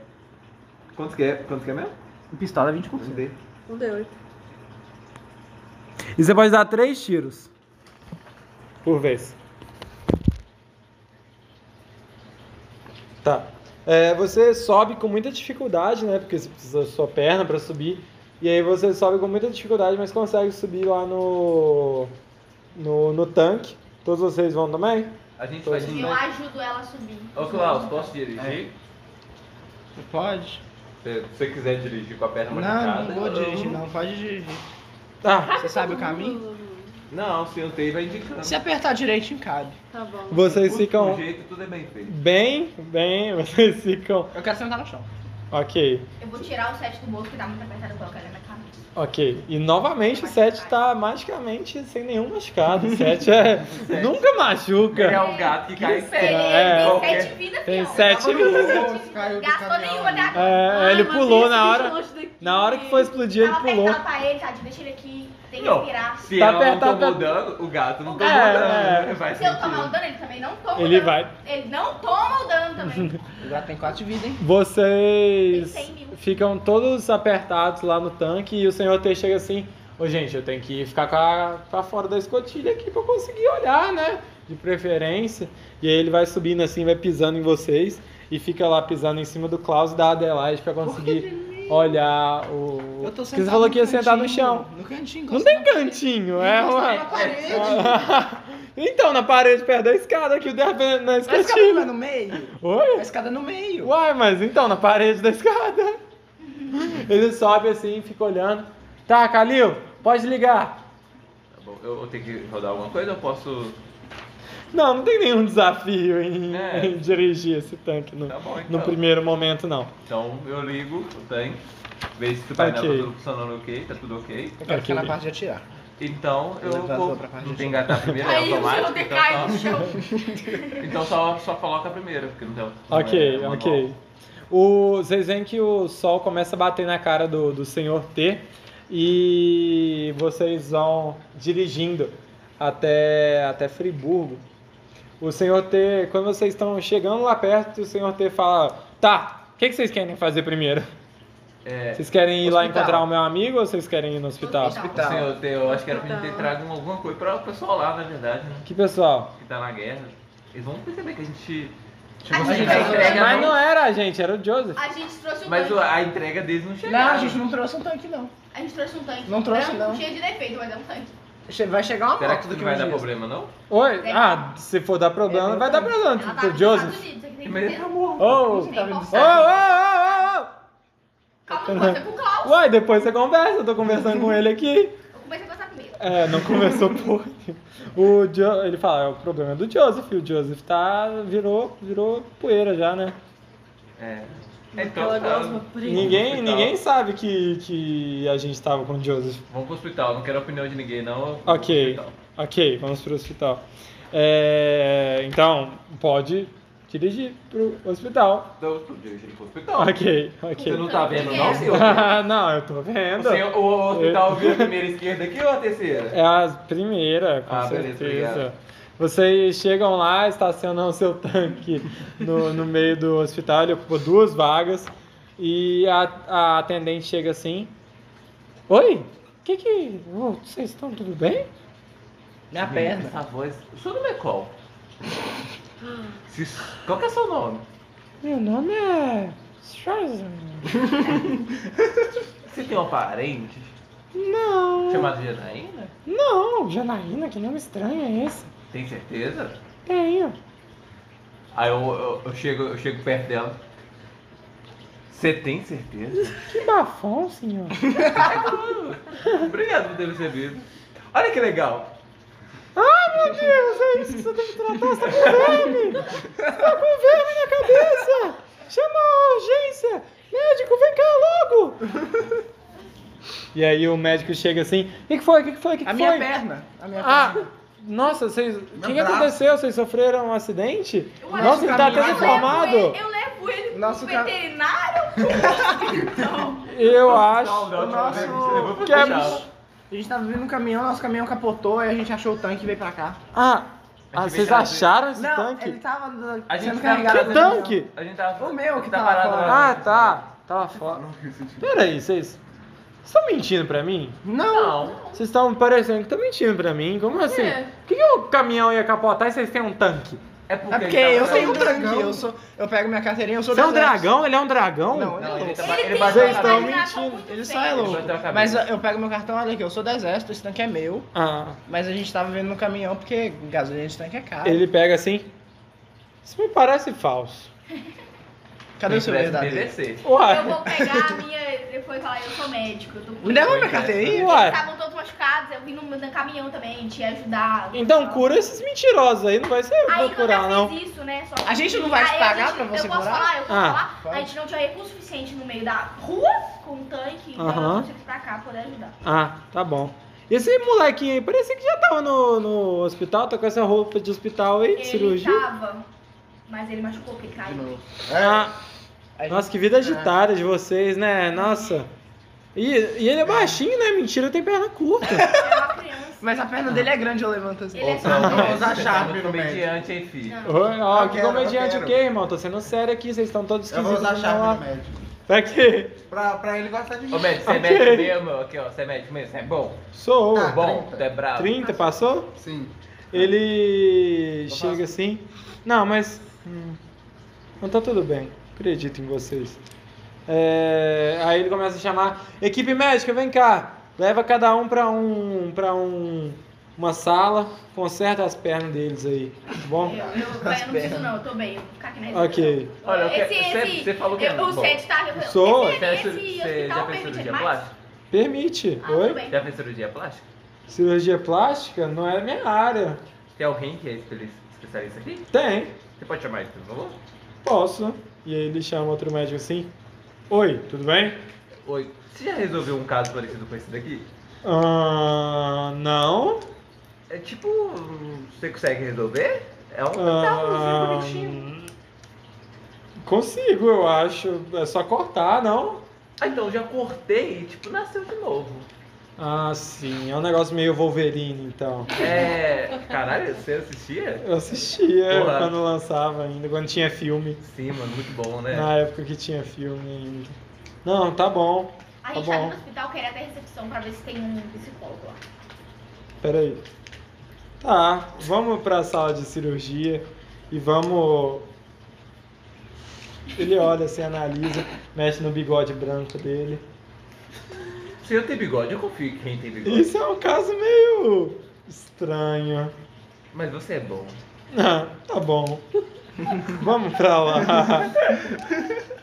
F: Quanto que é? Quanto que é mesmo?
G: Pistola 20
F: Um D.
C: Não deu. hein?
A: E você pode dar três tiros. Por vez. Tá. É, você sobe com muita dificuldade, né? Porque você precisa da sua perna pra subir. E aí você sobe com muita dificuldade, mas consegue subir lá no. no, no tanque. Todos vocês vão também?
F: A gente
A: Tô
F: vai
A: indo.
F: de
D: E eu ajudo ela a subir.
F: Ô Klaus, posso dirigir?
B: Pode.
F: É. Se se você quiser dirigir com a perna
B: Não,
F: machucada.
B: não vou
F: eu-
B: dirigir, não. Pode dirigir.
A: Tá.
B: Você sabe o caminho?
F: Não, se eu tenho, vai indicando.
B: Se apertar direitinho, cabe.
C: Tá bom.
A: Vocês
F: Por-
A: ficam
F: Por jeito, tudo é bem feito.
A: bem, bem, vocês ficam.
B: Eu quero sentar no chão.
A: Ok,
D: Eu vou tirar o set do bolso que tá muito apertado e colocar ele na cabeça.
A: ok. E novamente o 7 tá magicamente sem nenhum machucado. O 7 é. Nunca
G: É
A: machuca.
G: um gato que cai.
D: Ele ele
A: é,
D: tem
A: ok.
D: sete vidas,
A: Tem
D: fião.
A: 7.
E: Caiu do
D: Gastou
E: caminhão.
D: nenhuma até agora.
A: É,
C: Ai,
A: ele
C: um Ah, mas
A: pulou
C: deixa
A: na
C: esse é
A: hora.
C: longe daqui.
A: Na hora que foi explodir, ele
D: Tava
A: pulou.
D: apertado pra ele, tadinho. Deixa ele aqui. Tem que
F: Não.
D: respirar.
F: Se
A: Tá
F: ela não
A: apertado, tá-
F: tomou dano, o gato não
D: O
F: tomou
A: gato-
F: dano.
A: É,
F: né? Faz
D: Se eu tomar o
F: sentido.
D: dano, ele também não
C: né?
D: toma
A: Ele
D: o dano.
A: vai.
D: Ele não toma o dano também.
B: Agora tem quatro de vida, hein?
A: Vocês
D: Tem 100 mil.
A: ficam todos apertados lá no tanque e o senhor T chega assim: Ô gente, eu tenho que ficar com a- pra fora da escotilha aqui pra eu conseguir olhar, né? De preferência. E aí ele vai subindo assim, vai pisando em vocês e fica lá pisando em cima do Klaus e da Adelaide pra conseguir olhar o.
B: Eu tô
A: Porque
B: sentado.
A: você falou
B: no
A: que ia sentar no
B: cantinho,
A: chão.
B: No cantinho,
A: Não
B: encostado
A: tem cantinho, é
B: na
A: uma.
B: parede.
A: então, na parede perto da escada aqui, o derrubando na
B: A escada não é
A: escotilha.
B: no meio.
A: Oi?
B: A escada é no meio.
A: Uai, mas então, na parede da escada. Ele sobe assim, fica olhando. Tá, Calil, pode ligar.
F: Tá bom, eu vou ter que rodar alguma coisa, eu posso.
A: Não, não tem nenhum desafio em,
F: É.
A: em dirigir esse tanque no,
F: Tá bom, então.
A: no primeiro momento, não.
F: Então eu ligo o tanque, vejo se o painel
A: Ok.
F: tá tudo funcionando ok, tá tudo ok.
B: Eu quero
A: Ok.
B: ficar na parte de atirar.
F: Então eu,
B: levanto
F: vou.
B: outra parte.
F: Não tem engatar primeiro, é
D: Aí o senhor
F: automático.
D: que
F: Então,
D: cai no
F: só,
D: chão.
F: então só, só coloca a primeira, porque não tem. não é
A: Ok,
F: manual.
A: ok. O, vocês veem que o sol começa a bater na cara do, do senhor T e vocês vão dirigindo até, até Friburgo. O senhor T, quando vocês estão chegando lá perto, o senhor T fala: Tá, o que, que vocês querem fazer primeiro?
F: É,
A: Vocês querem ir lá
B: Hospital.
A: encontrar o meu amigo ou vocês querem ir no hospital?
D: Hospital.
B: Tá.
F: Assim, eu, te- eu acho que era pra gente ter
D: Tá.
C: Então.
F: trago alguma coisa pra o pessoal lá, na verdade, né?
A: Que pessoal?
F: Que tá na guerra. Eles vão perceber que a gente.
D: A
F: assim,
B: gente
F: a
B: vai
F: entrega
B: entregar,
A: Mas
F: não-
A: não era a gente, era o Joseph.
D: A gente trouxe um
F: Mas o-
D: tanque.
F: a entrega deles não chegou.
B: Não, a gente não trouxe um tanque, não.
D: A gente trouxe um tanque.
B: Não trouxe,
D: branco,
B: não.
D: Cheio de defeito, mas é um tanque.
B: Che- Vai chegar uma
F: Será
B: moto
F: Ah, que isso
B: daqui
F: não
B: a
F: vai
B: uns
F: dar
B: dias.
F: problema, não?
A: Oi?
D: Tem.
A: Ah, se for dar problema,
B: É,
A: vai dar problema
D: Ela tá
A: pro
D: nos
A: Joseph.
D: Estados Unidos, aqui tem que
F: Mas ele
D: entender.
F: tá morto.
A: Oh!
B: Você tá vendo?
A: Ô, ô, ô, ô, ô!
B: Uhum.
D: Calma, não é com o Klaus.
A: Uai, depois você conversa, eu tô conversando com ele aqui.
D: Eu comecei a passar primeiro.
A: É, não conversou porra. nenhuma. O Jo- ele fala, "É, o problema é do Joseph, e o Joseph tá virou, virou poeira já, né?
F: É.
C: Aquela
F: tá.
C: gosma preta.
A: Ninguém,
F: Hospital.
A: ninguém sabe que, que a gente tava com o Joseph.
F: Vamos pro hospital, não quero a opinião de ninguém, não. eu vou pro
A: Ok,
F: hospital.
A: ok, vamos pro hospital. É, então, pode dirigir pro hospital.
F: Então, eu tô dirigindo pro hospital.
A: Ok,
F: Você
A: ok.
F: não tá vendo, não,
D: É.
F: senhor?
A: não, eu tô vendo.
F: O senhor- o hospital viu a primeira esquerda aqui ou a terceira?
A: É a primeira, com
F: Ah, beleza,
A: certeza.
F: obrigado.
A: Vocês chegam lá, estacionam o seu tanque no, no meio do hospital, ele ocupa duas vagas. E a, a atendente chega assim. Oi? Que que. Ô, Vocês estão tudo bem?
G: Minha
F: Menina,
G: perna.
F: Essa voz. O seu nome é qual? Se- Qual que é seu nome?
A: Meu nome é. Schwarzenegger."
F: Você tem uma parente
A: Não.
F: chamada Janaína?
A: Não, Janaína, que nome estranho é esse?
F: Tem certeza?
A: Tenho.
F: Aí eu, eu- eu chego, eu chego perto dela. Você tem certeza?
A: Que bafão, senhor.
F: Obrigado por ter me servido. Olha que legal.
A: Ai, meu Deus, é isso que você tem que tratar? Você tá com verme! Você tá com verme na cabeça! Chama a urgência! Médico, vem cá logo! E aí o médico chega assim, o que, que foi? O que, que foi? O que, que
B: A
A: foi?
B: minha perna. A minha
A: Ah,
B: perna.
A: nossa, vocês. O que, que
E: braço.
A: aconteceu? Vocês sofreram um acidente?
D: Eu acho
A: Nossa,
D: que
A: ele tá até
B: caminhada-
A: deformado!
D: Eu levo ele, eu levo ele
B: Nosso
D: pro
B: ca-
D: veterinário.
A: Eu acho.
F: Não, não,
B: nosso-
F: não, eu vou pro
A: que é-
F: hospital.
B: A gente tava vindo um caminhão, nosso caminhão capotou e a gente achou o tanque e veio pra cá.
A: Ah, ah,
F: gente
A: vocês
F: vai
A: acharam esse
B: não,
A: tanque?
B: ele tava do-
F: A gente
B: sendo
F: tá-
B: carregado.
A: Que
B: no caminhão.
A: tanque?
F: A gente tava.
B: O meu que
F: tá
B: tá lá
F: parado
B: fora.
F: lá.
A: Ah, tá. Tava fora.
E: tipo
A: Pera aí, vocês. Vocês estão mentindo pra mim?
B: Não,
F: Não.
A: Vocês estão parecendo que estão mentindo pra mim. Como assim?
C: É.
A: Por que, que o caminhão ia capotar e vocês têm um tanque?
F: É porque,
B: é porque
F: ele
B: eu
F: tava-
B: tenho um
E: dragão.
B: tanque. Eu, sou, eu pego minha carteirinha, eu sou
A: Você é um
B: deserto.
A: dragão? Ele é um dragão?
B: Não, ele é
F: Não, ele,
B: louco.
F: tá,
D: Ele
F: ele
D: tem uma
F: bateu
A: Vocês
F: na
A: tão
D: imaginação
A: mentindo.
F: parede.
A: mentindo.
D: muito
B: Ele só
D: feia.
B: é louco.
F: Ele bateu a cabeça.
B: Mas eu- eu pego meu cartão, olha aqui, eu sou do exército, esse tanque é meu.
A: Ah,
B: Mas a gente tava vendo no caminhão porque gasolina de tanque é caro.
A: ele pega assim. Isso me parece falso.
B: Cadê o seu
F: Ele parece
B: verdadeiro?
F: BBC.
D: Eu
A: Uai.
D: vou pegar a minha depois e falar, eu sou médico. Eu tô
B: Me devolve minha
F: Pois é.
B: carteirinha?
A: Uai.
D: Estavam todos machucados, eu vim no, no caminhão também te ajudar.
A: Então cura esses mentirosos aí, não vai ser eu que
D: Aí
A: vou
D: quando eu
A: curar, não.
D: fiz isso, né? só
B: A gente não vai te
D: Aí a
B: pagar
D: gente-
B: pra você
D: Eu posso
B: curar?
D: falar, eu posso
A: Ah,
D: falar.
B: fala.
D: A gente não tinha recurso suficiente no meio da rua com um tanque, então
A: Aham.
D: eu tive que ir pra cá poder ajudar.
A: Ah, tá bom. Esse molequinho aí, parecia que já tava no, no hospital, tá com essa roupa de hospital aí, de
D: Ele
A: cirurgia.
D: tava, mas ele machucou porque
E: De
D: caiu.
E: novo. É,
A: Ah,
B: A
D: tá.
B: gente-
A: nossa, que vida agitada de vocês, né? Nossa. E, e ele é baixinho, né? Mentira, tem perna curta.
D: Era é uma criança.
B: Mas a perna dele é grande, eu levanto assim.
D: Ele
E: tá
D: é só
F: Não,
D: um
F: não,
E: Vamos usar
F: você
E: chave
F: tá muito
E: no médico.
F: comediante, hein, filho?
D: Não.
A: Ó, ó,
E: Eu
A: Ah, que
E: quero, eu
A: comediante o
E: quero.
A: quê, irmão? Tô sendo sério aqui, vocês estão todos
E: Eu
A: esquisitos.
E: vou usar a
A: não é? Tá
E: chave
A: lá.
E: do médico.
A: Pra quê?
E: Pra, pra ele gostar de mim.
F: Ô, médico, você é
A: Ok.
F: médico mesmo? Aqui, ó, você é médico mesmo? Você é bom?
A: Sou.
E: Ah,
F: bom,
E: 30.
F: tu é bravo.
A: 30, passou?
E: Sim.
A: Ele
E: Tô
A: chega assim. Não, mas. hum, Não tá tudo bem. Acredito em vocês. É, aí ele começa a chamar. Equipe médica, vem cá. Leva cada um pra um. para um. Uma sala. Conserta as pernas deles aí. Tá
D: Eu,
A: bom?
D: eu, eu não preciso não, eu tô bem, eu vou ficar aqui na recepção.
A: Ok.
F: Olha, eu
D: esse,
F: quero-
D: esse,
F: você- você falou que é
D: eu, O
F: bom.
D: Sede tá... Eu,
A: Sou.
D: Esse,
F: Você, é
D: esse,
F: cir- você já
D: hospital
F: fez
D: permite
F: cirurgia
D: demais?
F: plástica?
A: Permite.
D: Ah, tudo
A: Oi?
D: bem.
F: Já fez cirurgia plástica?
A: Cirurgia plástica não é minha área.
F: Tem alguém que é espe- especialista aqui?
A: Tem.
F: Você pode chamar ele, por favor?
A: Posso. E aí ele chama outro médico assim. Oi, tudo bem?
F: Oi, você já resolveu um caso parecido com esse daqui?
A: Ah, não.
F: É tipo, hum, você consegue resolver? É um
A: Ah,
F: hospitalzinho bonitinho.
A: Consigo, eu acho. É só cortar, não?
F: Ah, então, já cortei e, tipo, nasceu de novo.
A: Ah, sim. É um negócio meio Wolverine, então.
F: É... Caralho, você assistia?
A: Eu assistia
F: Porra.
A: quando lançava ainda, quando tinha filme.
F: Sim, mano, muito bom, né?
A: Na época que tinha filme ainda. Não, tá bom.
D: A
A: Tá
D: gente tá
A: bom.
D: no hospital, queria até recepção pra ver se tem um psicólogo lá.
A: Peraí. Tá, vamos pra sala de cirurgia e vamos. Ele olha assim, analisa, mexe no bigode branco dele.
F: Se eu tenho bigode, eu confio em quem tem bigode.
A: Ah. Isso é um caso meio estranho.
F: Mas você é bom.
A: Ah, tá bom. Vamos pra lá.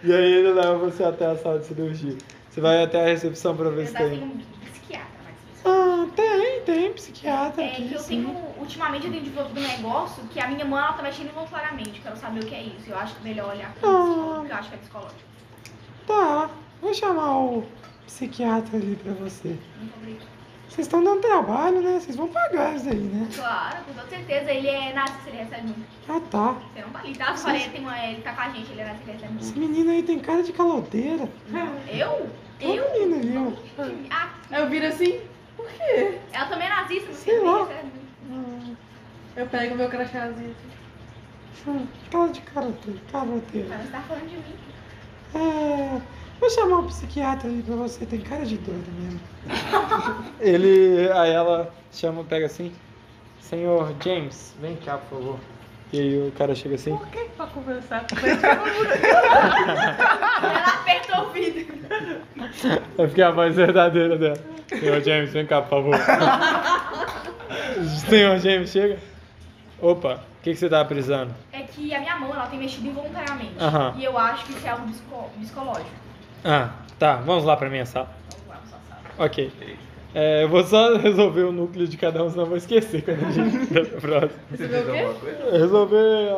A: E aí ele leva você até a sala de cirurgia. Você vai até a recepção pra ver
D: Eu
A: se
D: tenho
A: tem.
D: um psiquiatra, mas...
A: Ah, tem, tem psiquiatra
D: assim- É
A: aqui,
D: que eu
A: sim.
D: tenho, ultimamente eu tenho desenvolvido um negócio que a minha mãe ela tá mexendo involuntariamente, que eu não sabia o que é isso. Eu acho que é melhor olhar pra
A: Ah.
D: psicólogo, porque eu acho que é psicológico.
A: Tá, vou chamar o psiquiatra ali pra você. Vocês estão dando trabalho, né? Vocês vão pagar isso aí, né?
D: Claro, com toda certeza. Ele é nazista, ele recebe muito.
A: Ah, tá.
D: Você não valida. Ah, eu falei, tem uma, ele tá com a gente, ele é nazista, ele recebe muito.
A: Esse menino aí tem cara de caloteira.
D: Eu?
A: Olha
D: Eu?
A: o menino ali, ó.
D: Ah,
C: Aí eu viro assim, por quê?
D: ela também é nazista, mas
A: Sei
D: ele
A: lá.
D: recebe muito.
C: Hum. Eu pego meu crachazinho.
A: Hum, Cara de caloteira, caloteira.
D: Mas você tá falando de mim.
A: É, vou chamar o psiquiatra ali pra você, tem cara de doido mesmo. Ele, aí ela chama, pega assim, Senhor James, vem cá, por favor. E aí o cara chega assim,
G: Por que pra conversar?
D: Ela aperta o vidro.
A: vai ficar É a voz verdadeira dela. Senhor James, vem cá, por favor. Senhor James, chega. Opa, o que, que você tá precisando?
D: É que a minha mão, ela tem mexido involuntariamente.
A: Aham.
D: E eu acho que isso é algo psico- psicológico.
A: Ah, tá, vamos lá pra minha sala.
D: Vamos lá, só sabe.
A: Ok. É, eu vou só resolver o núcleo de cada um, senão eu vou esquecer quando a gente tá fizer a próxima.
F: Você
C: Você
F: fez
C: viu o quê?
F: alguma coisa?
A: Resolver a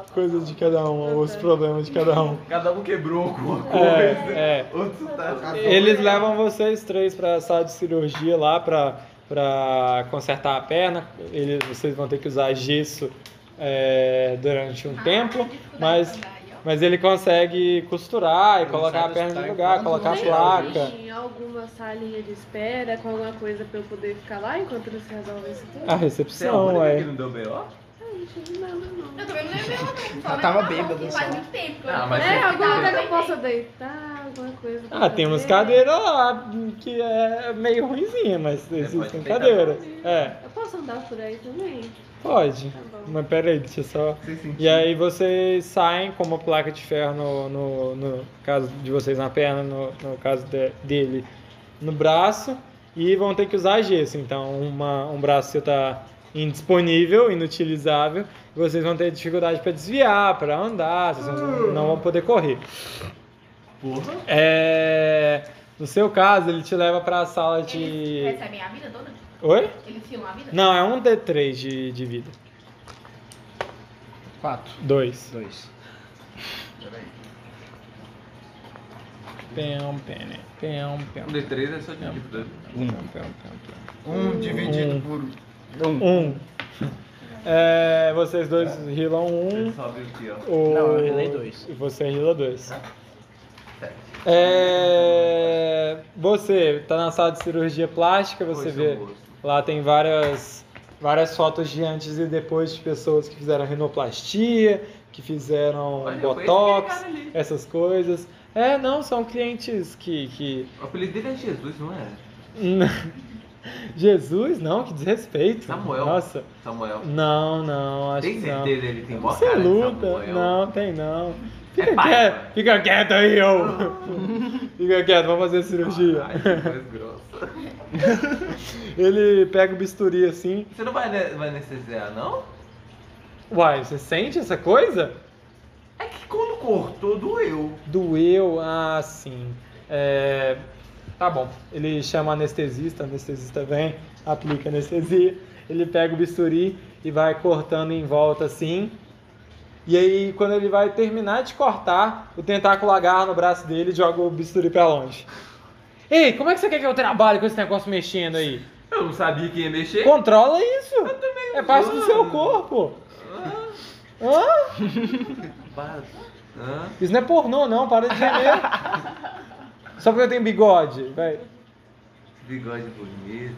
A: ah, coisa de cada um, os problemas de cada um.
F: Cada um quebrou alguma coisa.
A: É, é.
F: Outro tá.
A: Eles levam vocês três pra sala de cirurgia lá pra, pra consertar a perna. Eles, vocês vão ter que usar gesso é, durante um
D: Ah,
A: tempo,
D: dificuldade
A: mas,
D: de andar aí, ó.
A: mas ele consegue costurar e colocar a
E: sabe
A: perna
E: estar
A: no lugar,
E: enquanto
A: colocar a
E: não
C: Tem
A: placa.
C: alguém, alguma salinha de espera com alguma coisa pra eu poder ficar lá enquanto eles resolvem isso tudo?
A: A
F: Você é a
A: recepção,
F: única
A: é.
F: que não deu B.O.?
A: Ah.
C: Ai, gente, não, não, não.
D: Eu também não lembro mesmo tempo.
B: Ela tava bêbada
D: Faz
B: só.
D: muito tempo. que eu
F: Ah,
D: não
F: mas
D: fui
C: É,
F: você-
D: no
C: alguma
D: hospital,
C: coisa que eu
D: também.
C: possa deitar, alguma coisa. pra
A: Ah, tem umas
C: fazer.
A: cadeiras lá que é meio ruimzinha, mas
F: É, pode
A: existem
F: tentar
A: cadeiras. É,
C: Eu posso andar por aí também?
A: pode.
C: Tá bom.
A: Mas peraí, deixa eu só.
F: Você sentiu?
A: E aí vocês saem com uma placa de ferro no, no, no caso de vocês na perna, no, no caso de- dele no braço, e vão ter que usar gesso. Então, uma, um braço seu tá indisponível, inutilizável, e vocês vão ter dificuldade para desviar, para andar, vocês vão- não vão poder correr.
F: Porra.
A: É, no seu caso, ele te leva para a sala
D: Eles
A: de.
D: recebem a vida toda?
A: Oi?
D: Eles filmam a vida?
A: Não, é um D3 de, de vida.
B: Quatro.
A: Dois.
B: Dois.
A: Peão, pene. Peão, peão.
F: Um D3 é só de vida.
B: Um.
E: Um dividido
A: Um.
E: por.
B: Um.
A: Um. É, vocês dois rilam um.
F: Ele sobe aqui, ó.
A: O...
B: Não, eu rilei dois. Tá.
A: E você rila dois. É, você tá na sala de cirurgia plástica, você
F: Foi seu
A: vê.
F: gosto.
A: Lá tem várias, várias fotos de antes e depois de pessoas que fizeram rinoplastia, que fizeram
F: Olha, foi
A: botox,
F: esse cara ali.
A: essas coisas. É, não, são clientes que. que...
F: O apelido dele é Jesus, não é?
A: Jesus, não, que desrespeito.
F: Samuel.
A: Nossa.
F: Samuel.
A: Não, não, acho
F: Tem
A: que não.
F: certeza que ele tem mó
A: Você é
F: cara de
A: luta?
F: Samuel?
A: Não, É. tem não.
F: É
A: Fica,
F: pai,
A: quieto,
F: pai.
A: fica quieto aí, ô. fica quieto, vamos fazer cirurgia.
F: Ai, que coisa grossa.
A: Ele pega o bisturi assim.
F: Você não vai, ne- vai anestesiar, não?
A: Uai, você sente essa coisa?
F: É que quando cortou, doeu.
A: Doeu, ah, sim. É, Tá bom. Ele chama anestesista, anestesista vem, aplica anestesia. Ele pega o bisturi e vai cortando em volta assim. E aí, quando ele vai terminar de cortar, o tentáculo agarra no braço dele e joga o bisturi pra longe. Ei, como é que você quer que eu trabalhe com esse negócio mexendo aí?
F: Eu não sabia que ia mexer.
A: Controla isso! É parte do seu
F: zoando.
A: corpo!
F: Ah,
A: Hã?
F: base. Ah,
A: Isso não é pornô, não, para de gemer. Só porque eu tenho bigode, vai.
F: bigode bonito.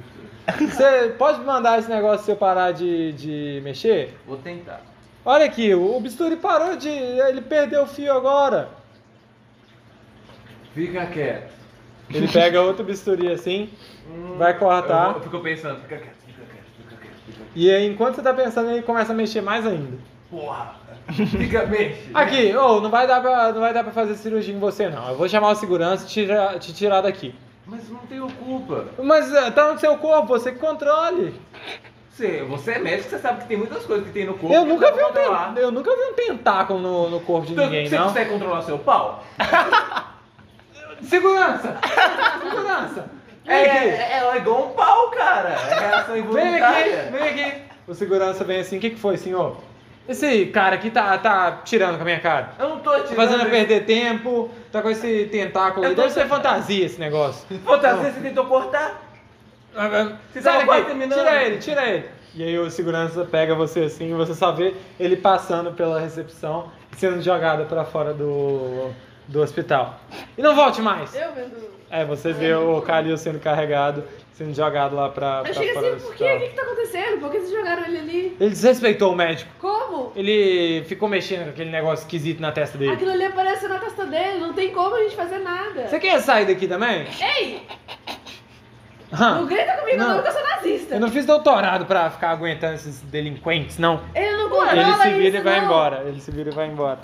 A: Você pode mandar esse negócio se eu parar de, de mexer?
F: Vou tentar.
A: Olha aqui, o o bisturi parou de. Ele perdeu o fio agora.
F: Fica quieto. Hum,
A: Ele pega outro bisturi assim, vai
F: Eu,
A: cortar.
F: vou- eu fico pensando, fica quieto, fica quieto, fica quieto, fica quieto.
A: E aí, enquanto você tá pensando, ele começa a mexer mais ainda.
F: Porra. Fica, mexe.
A: Aqui, ô, não vai dar pra, não vai dar pra fazer cirurgia em você, não. Eu vou chamar o segurança e tira- te tirar daqui.
F: Mas não tenho culpa.
A: Mas eh, tá no seu corpo, você que controle.
F: Você, você é médico, você sabe que tem muitas coisas que tem no corpo.
A: Eu
F: que
A: nunca, vi um
F: pode controlar.
A: ten- eu nunca vi um tentáculo no, no corpo de
F: Então,
A: ninguém,
F: você
A: não.
F: consegue controlar seu pau?
A: Segurança! Segurança!
F: É,
A: Vem aqui!
F: é, ela é igual um pau, cara. É reação
A: Vem aqui!
F: involuntária.
A: Vem aqui! O segurança vem assim, o que, que foi, senhor? Esse cara aqui tá, tá tirando com a minha cara.
G: Eu não tô
A: Tá
G: te
A: fazendo eu perder tempo, tá com esse tentáculo aí.
G: Eu tô
A: Deve ser
G: tentando.
A: fantasia esse negócio.
G: Fantasia, você tentou cortar? Você
A: Sai
G: tava quase
A: daqui,
G: terminando.
A: tira ele, tira ele. E aí o segurança pega você assim, e você só vê ele passando pela recepção, sendo jogado pra fora do, do hospital. E não volte mais!
C: Eu mesmo.
A: É, você vê o Kalil sendo carregado, sendo jogado lá pra, pra
C: Eu cheguei
A: fora do
C: assim, por quê?
A: hospital.
C: O que que tá acontecendo? Por que vocês jogaram ele ali?
A: Ele desrespeitou o médico.
C: Como?
A: Ele ficou mexendo com aquele negócio esquisito na testa dele.
C: Aquilo ali apareceu na testa dele, não tem como a gente fazer nada.
A: Você quer sair daqui também?
C: Ei, não
A: Hã?
C: grita comigo
A: Não.
C: não, que eu sou nazista.
A: Eu não fiz doutorado pra ficar aguentando esses delinquentes, não.
C: Ele não
A: Ele
C: controla
A: se vira e
C: isso,
A: vai
C: não.
A: embora. Ele se vira e vai embora.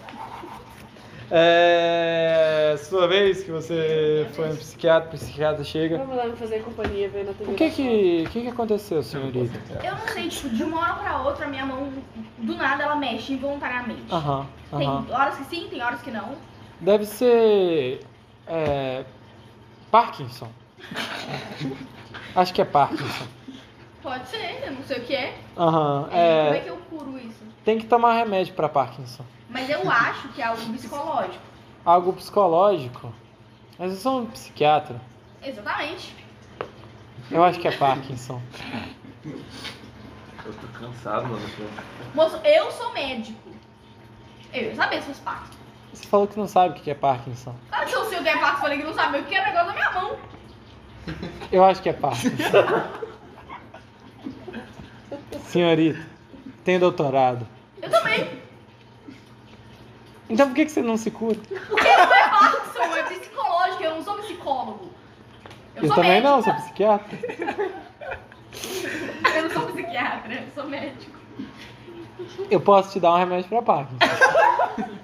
A: É... Sua vez que você foi no psiquiatra, o psiquiatra chega.
C: Vamos lá me fazer companhia, ver na TV.
A: O que que, o que, que aconteceu, senhorita?
D: Eu não sei, tipo, de uma hora pra outra, minha mão, do nada, ela mexe involuntariamente.
A: Aham,
D: Tem
A: aham.
D: horas que sim, tem horas que não.
A: Deve ser. É... Parkinson. Acho que é Parkinson.
D: Pode ser, eu não sei o que é.
A: Aham,
D: É, Como é
A: é.
D: que eu curo isso?
A: Tem que tomar remédio pra Parkinson.
D: Mas eu acho que é algo psicológico.
A: Algo psicológico. Mas eu sou um psiquiatra.
D: Exatamente.
A: Eu acho que é Parkinson.
F: Eu tô cansado, mano.
D: Moço, eu sou médico. Eu ia saber se fosse pacto.
A: Você falou que não sabe o que que é Parkinson.
D: Claro que eu sei o que é pacto, falei que não sabia o que é negócio da minha mão.
A: Eu acho que é Parkinson. Senhorita, tem doutorado.
D: Eu também.
A: Então por que que você não se cura?
D: É pacto, é psicológico, eu não sou psicólogo. Eu,
A: Eu
D: sou
A: também
D: médico.
A: não, sou psiquiatra.
D: Eu não sou psiquiatra, eu sou médico.
A: Eu posso te dar um remédio pra Parkinson.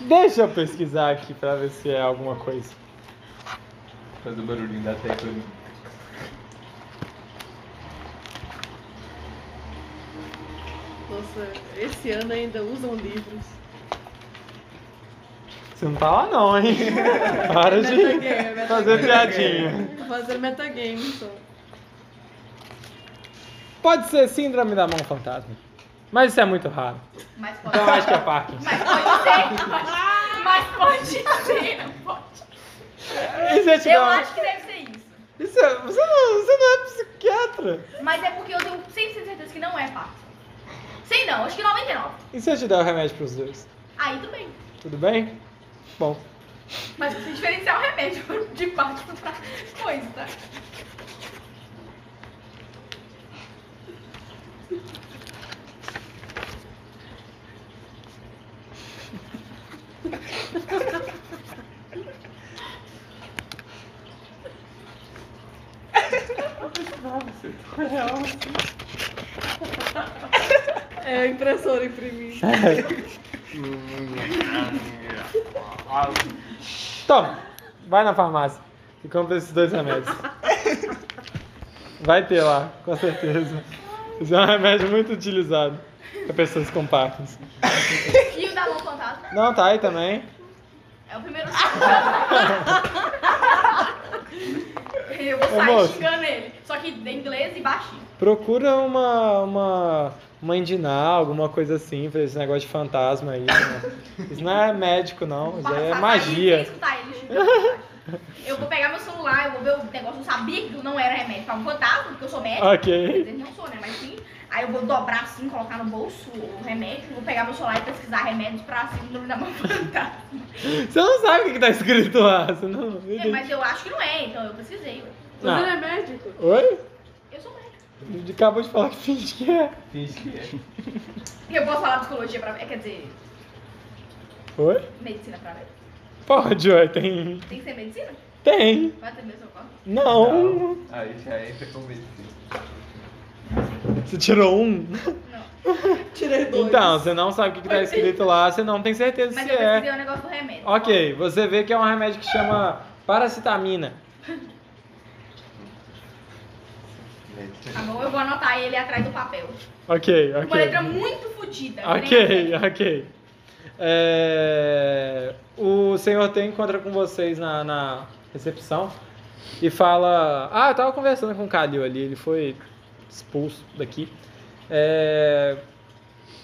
A: Deixa eu pesquisar aqui pra ver se é alguma coisa.
F: Fazer o barulhinho da tecla.
C: Nossa, esse ano ainda usam livros.
A: Você não tá lá não, hein? Para de
C: Metagame, metagame.
A: fazer piadinha.
C: Fazer metagame só.
A: Pode ser síndrome da mão fantasma. Mas isso é muito raro.
D: Mas pode
A: Então eu acho que é Parkinson.
D: Mas pode ser. Mas, mas pode ser. Pode.
A: E se eu tiver
D: Eu
A: uma-
D: acho que deve ser isso.
A: Isso é- você, não, você não é psiquiatra.
D: Mas é porque eu tenho 100% certeza que não é pacto. Sei não, acho que 99.
A: E se eu te der o remédio pros dois?
D: Aí tudo bem.
A: Tudo bem? Bom,
D: Mas se diferenciar o remédio de pacto pra coisa, tá?
C: É a impressora imprimir.
A: toma. Vai na farmácia e compra esses dois remédios. Vai ter lá, com certeza. Isso é um remédio muito utilizado para pessoas com Parkinson.
D: E o da mão fantasma
A: Não, tá aí também.
D: é o primeiro Eu vou sair
A: moço.
D: xingando ele. Só que em inglês e baixinho.
A: Procura uma, uma, uma indiná, alguma coisa assim, pra esse negócio de fantasma aí. né? Isso não é médico, não. Isso é
D: Passar
A: magia.
D: sair, escutar ele xingando. Eu vou pegar meu celular, eu vou ver o negócio. Eu sabia que não era remédio pra um fantasma, porque eu sou médica. Quer
A: Ok.
D: dizer, não sou, né? Mas sim. Aí eu vou dobrar assim, colocar no bolso o remédio, vou pegar meu celular e pesquisar remédios pra síndrome da mão fantasma.
A: Você não sabe o que que tá escrito lá. Você não...
D: É, Mas eu acho que não é, então eu pesquisei. ué.
C: Você
A: Ah.
C: não é médico?
A: Oi?
D: Eu sou médica.
A: Acabou de falar que finge que é.
F: Finge que é.
D: Eu posso falar psicologia pra. é, Quer dizer,
A: Oi?
D: medicina pra médico?
A: Pode, ué, tem.
D: Tem que ser medicina?
A: Tem.
D: Vai atender seu corpo?
A: Não.
F: Aí já entra com medicina.
A: Você tirou um?
D: Não.
C: Tirei dois.
A: Então, você não sabe o que, que tá escrito lá, você não tem certeza
D: Mas
A: se
D: eu pesquisei
A: é.
D: o negócio do remédio.
A: Ok, você vê que é um remédio que chama paracetamina.
D: Tá bom, eu vou anotar ele atrás do papel.
A: Ok,
D: Uma
A: ok.
D: letra muito fodida. né?
A: Ok, ok. É, O senhor tem encontra com vocês na, na recepção e fala: Ah, eu tava conversando com o Calil ali, ele foi expulso daqui. É,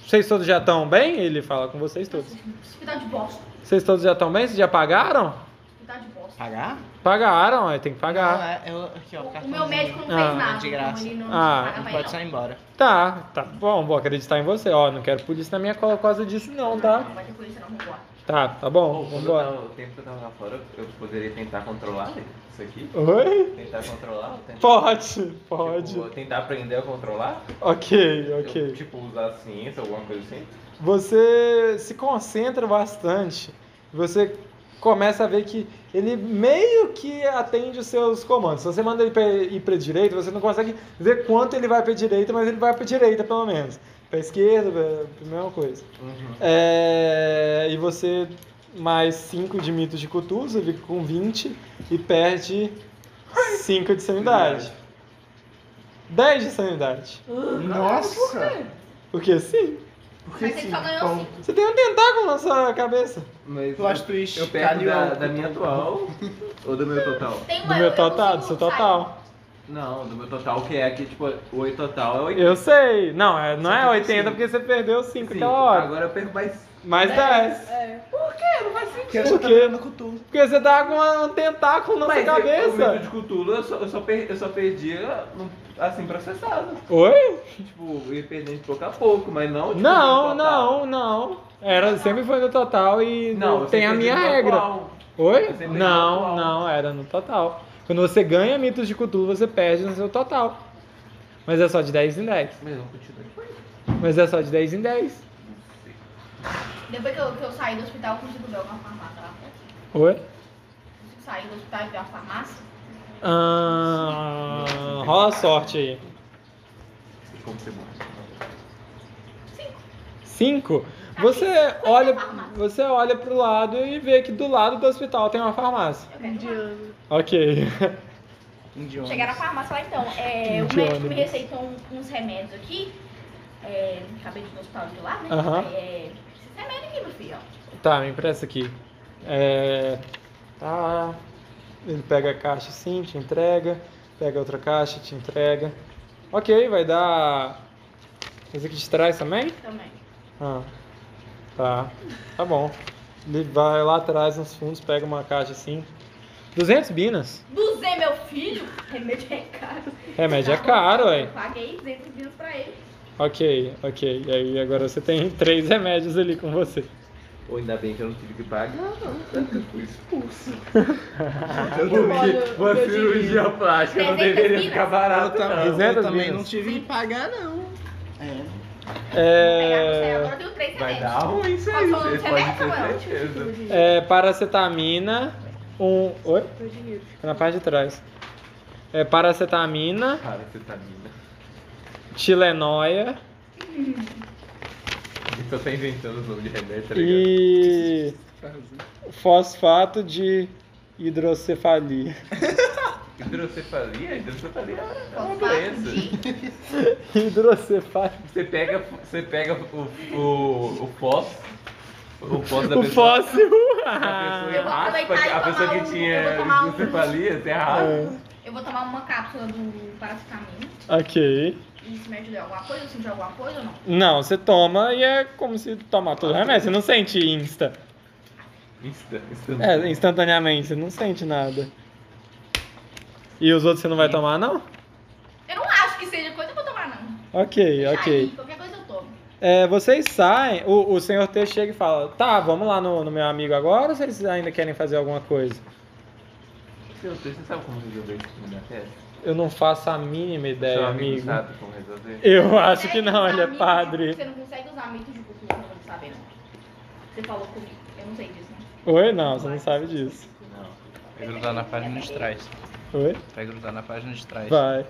A: Vocês todos já estão bem? Ele fala com vocês todos.
D: Hospital de bosta.
A: Vocês todos já estão bem? Vocês já pagaram?
D: Hospital de bosta.
B: Pagar?
A: Pagaram, aí tem que
B: Não,
A: pagar.
B: é, eu, Ah, aqui, ó,
D: O, o
B: cartãozinho.
D: meu médico não fez
A: Ah,
D: nada.
B: de graça.
D: então ele não
A: Ah,
D: paga
B: Não
D: pra
B: pode
D: ele,
B: sair embora.
A: Tá, tá bom, vou acreditar em você. Ó, não quero polícia na minha cola por causa disso, não, tá?
D: Não vai ter polícia, não, vambora.
A: Tá, tá bom,
F: Bom, quando eu
A: vambora.
F: tava- o tempo que eu tava lá fora, eu poderia tentar controlar isso aqui?
A: Oi?
F: Tentar controlar? Tentar,
A: Pode, pode.
F: Tipo, tentar aprender a controlar?
A: Ok,
F: Eu,
A: ok.
F: tipo, usar a ciência, alguma coisa assim?
A: Você se concentra bastante. Você começa a ver que ele meio que atende os seus comandos. Se você manda ele pra- ir para direita, você não consegue ver quanto ele vai para direita, mas ele vai para direita pelo menos. Para esquerda, pra- mesma coisa. É, e você mais 5 de mitos de Cthulhu, você fica com 20 e perde 5 de sanidade. 10 de sanidade.
B: Nossa!
A: Porque sim,
D: Mas ele só ganhou 5.
A: você tem um tentáculo na sua cabeça.
F: Mas
B: Plot
F: eu,
B: twist.
F: eu pego
B: Calil.
F: da, da minha atual ou do meu total?
D: Tem
A: Do
D: uma-
A: meu
D: eu
A: total,
D: consigo
A: do seu
D: sair.
A: total.
F: Não, do meu total, que é aqui, tipo, o oito total é oito.
A: Eu sei. Não, é, não é
F: Cinco,
A: 80
F: cinco.
A: porque você perdeu 5
F: assim, Sim,
A: aquela hora.
F: Agora eu perco mais.
A: Mais 10.
C: É.
B: Porque eu
A: Por
B: só tô
A: quê?
B: vendo Cthulhu.
A: Porque você tá com uma- um tentáculo na sua
F: tá Mas eu- O mito
A: cabeça.
F: de Cthulhu, eu só, eu só, per- eu só perdia no- assim, processado.
A: Oi?
F: Tipo, eu ia perdendo de pouco a pouco, mas não. Tipo,
A: Não,
F: no
A: não,
F: total.
A: não. Era, sempre foi no total e
F: Não, eu
A: tem
F: sempre
A: a minha
F: perdi no
A: regra.
F: total.
A: Oi?
F: Você perdeu no
A: Não,
F: total.
A: não, era no total. Quando você ganha mitos de cultura, você perde no seu total. Mas é só de 10 em 10.
F: Mas não continua.
A: Mas é só de 10 em 10.
D: Depois que eu, que eu saí do hospital, eu consigo ver uma farmácia lá. Eu
A: Oi?
D: consigo sair do hospital e ver uma farmácia.
A: Ah, rola a sorte aí.
F: Como você mostra.
A: 5. Você olha, você olha pro lado e vê que do lado do hospital tem uma farmácia.
C: É
D: Eu quero uma.
C: Indiano.
A: Ok.
B: Indiana.
D: Chegar na farmácia lá então. É, o
A: De
D: médico me
A: ônibus.
D: receitou um- uns remédios aqui. É, acabei de ir no hospital de lá, né?
A: Aham.
D: Aí, É, esse remédio aqui, meu filho, ó.
A: Tá, me empresta aqui. É. Tá. Ele pega a caixa assim, te entrega. Pega outra caixa, te entrega. Ok, vai dar. Esse aqui te traz também?
D: Também.
A: Ah. Tá. Tá bom. Ele vai lá atrás nos fundos, pega uma caixa assim. 200 binas?
D: Duzê, meu filho. Remédio é caro.
A: Remédio é caro,
D: Eu
A: ué.
D: paguei 200 bilhões pra ele.
A: Ok, ok. E aí agora você tem três remédios ali com você.
F: Ou ainda bem que eu não tive que pagar. Eu fui expulso.
B: Eu
C: Olha,
F: Uma
C: meu dinheiro.
F: cirurgia plástica
D: 300
F: não deveria
D: libras.
F: ficar barato,
B: tam-
F: não.
B: eu
A: 200
B: também
A: minas.
B: não tive que pagar, não. É.
D: Pegar, não sei,
A: É,
D: agora eu tenho três
F: Vai
D: remédios.
F: dar ruim isso aí,
D: Mas falando
F: vocês
D: de
F: podem
D: um remédio,
F: ter
D: Samuel,
F: certeza.
A: é paracetamina, um. Oi?
C: Meu dinheiro.
A: É Na parte de trás. É paracetamina,
F: Cara, você tá linda.
A: tilenoia
F: Você só tá inventando os nomes de remédio, tá ligado?
A: e fosfato de hidrocefalia.
F: Hidrocefalia? Hidrocefalia é uma
D: Fosfato
F: doença.
D: de-
A: Hidrocefalia.
F: Você pega, você pega o, o, o pós. O pós da
A: O
F: pessoa.
A: fóssil.
F: A
D: Eu vou
F: pessoa raspa,
D: aproveitar e
F: a
D: tomar
F: pessoa que
D: um- eu
F: tinha
D: vou tomar um-
F: hidrocefalia, você
A: É.
F: raspa.
D: Eu vou tomar uma cápsula do paracetamina.
A: ok.
D: E Isso me ajuda em alguma coisa? Eu senti alguma coisa ou não?
A: Não, você toma e é como se tomar todo o remédio. Você não sente insta.
F: Insta, insta.
A: É, instantaneamente, você não sente nada. E os outros você não vai tomar, não?
D: Eu não acho que seja coisa que eu vou tomar, não.
A: Ok,
D: Chá,
A: ok.
D: Qualquer coisa eu tomo.
A: É, vocês saem, o, o senhor T chega e fala, tá, vamos lá no, no meu amigo agora ou vocês ainda querem fazer alguma coisa?
F: Seu Deus, Você sabe como resolver isso na minha testa?
A: Eu não faço a mínima ideia,
F: Seu
A: É, amigo.
F: sabe como resolver?
A: Eu acho que
D: Consegue
A: não,
D: usar
A: ele é
D: mito de-
A: padre.
D: Você não consegue usar mito de cultura, eu não tô sabendo. Você falou comigo, eu não sei disso. né?
A: Oi? Não, você não sabe disso.
F: Não.
H: Vai grudar na página de trás.
A: Oi?
H: Vai grudar na página de trás.
A: Vai.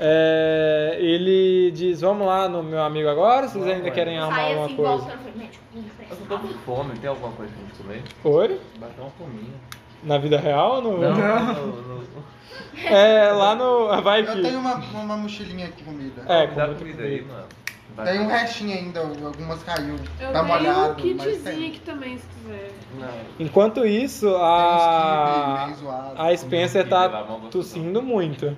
A: É, ele diz, vamos lá no meu amigo agora ou vocês ainda querem arrumar
D: Sai
A: alguma
D: assim, volta
A: coisa?
D: pra frente, médico, Ah, pra
F: Eu só tô com fome, tem alguma coisa pra gente comer?
A: Oi?
F: Bateu uma fominha.
A: Na vida real? ou No...
F: Não, não, não.
A: É, lá no... Vai
E: Eu tenho
A: que...
E: uma, uma mochilinha com comida.
A: É,
F: Me
A: com
F: dá
A: muito
F: comida aí, mano. Vai.
E: Tem um restinho ainda, algumas caiu.
C: Eu tenho um
E: tá molhado, mas
C: kitzinho
E: tem.
C: aqui também, se quiser.
F: Não.
A: Enquanto isso,
E: Tem uns quibe
A: a...
E: é meio zoado.
A: A Spencer
F: Comida lá,
A: tá
F: mó gostoso.
A: tossindo muito.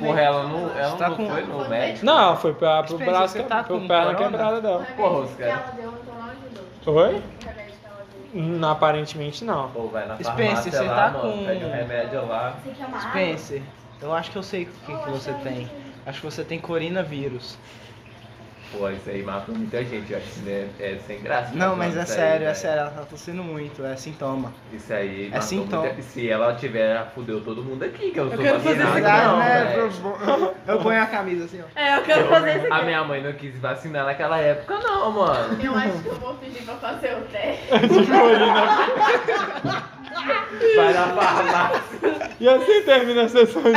F: Porra, ela não, ela
B: Você tá
F: não
B: com-
F: foi no médico?
A: Não, foi pra, pro
B: Spencer,
A: braço,
B: você
A: que, é-
B: tá
A: pro
B: com
A: perna
B: corona?
A: quebrada
D: O
A: dela.
D: remédio
F: Porra, os
D: que
F: cara.
D: ela deu, então não ajudou.
A: Oi?
D: O remédio que ela deu.
A: Hum, aparentemente não.
F: Pô, vai na
B: Spencer,
F: farmácia
B: você
F: lá,
B: tá
F: mano,
B: com-
F: pede um remédio lá.
D: Você quer uma água?
B: Spencer, eu acho que eu sei o que, que você tem. Acho que você tem coronavírus.
F: Pô, isso aí matou muita gente, eu acho que isso é, é sem graça.
B: Não,
F: mano,
B: mas é
F: isso aí,
B: sério, é
F: velho.
B: sério, ela tá tossindo muito, é sintoma.
F: Isso aí matou
B: sintoma.
F: muita- Se ela tiver, fudeu todo mundo aqui, que eu sou
B: quero fazer
F: vacinado,
B: isso aqui,
F: não,
B: né,
F: velho.
B: Eu ponho a camisa assim, ó.
C: É, eu quero fazer isso
F: A
C: aqui.
F: minha mãe não quis vacinar naquela época, não, mano.
C: Eu acho que eu vou pedir pra fazer o teste.
A: né?
F: Vai na farmácia.
A: E assim termina a sessão de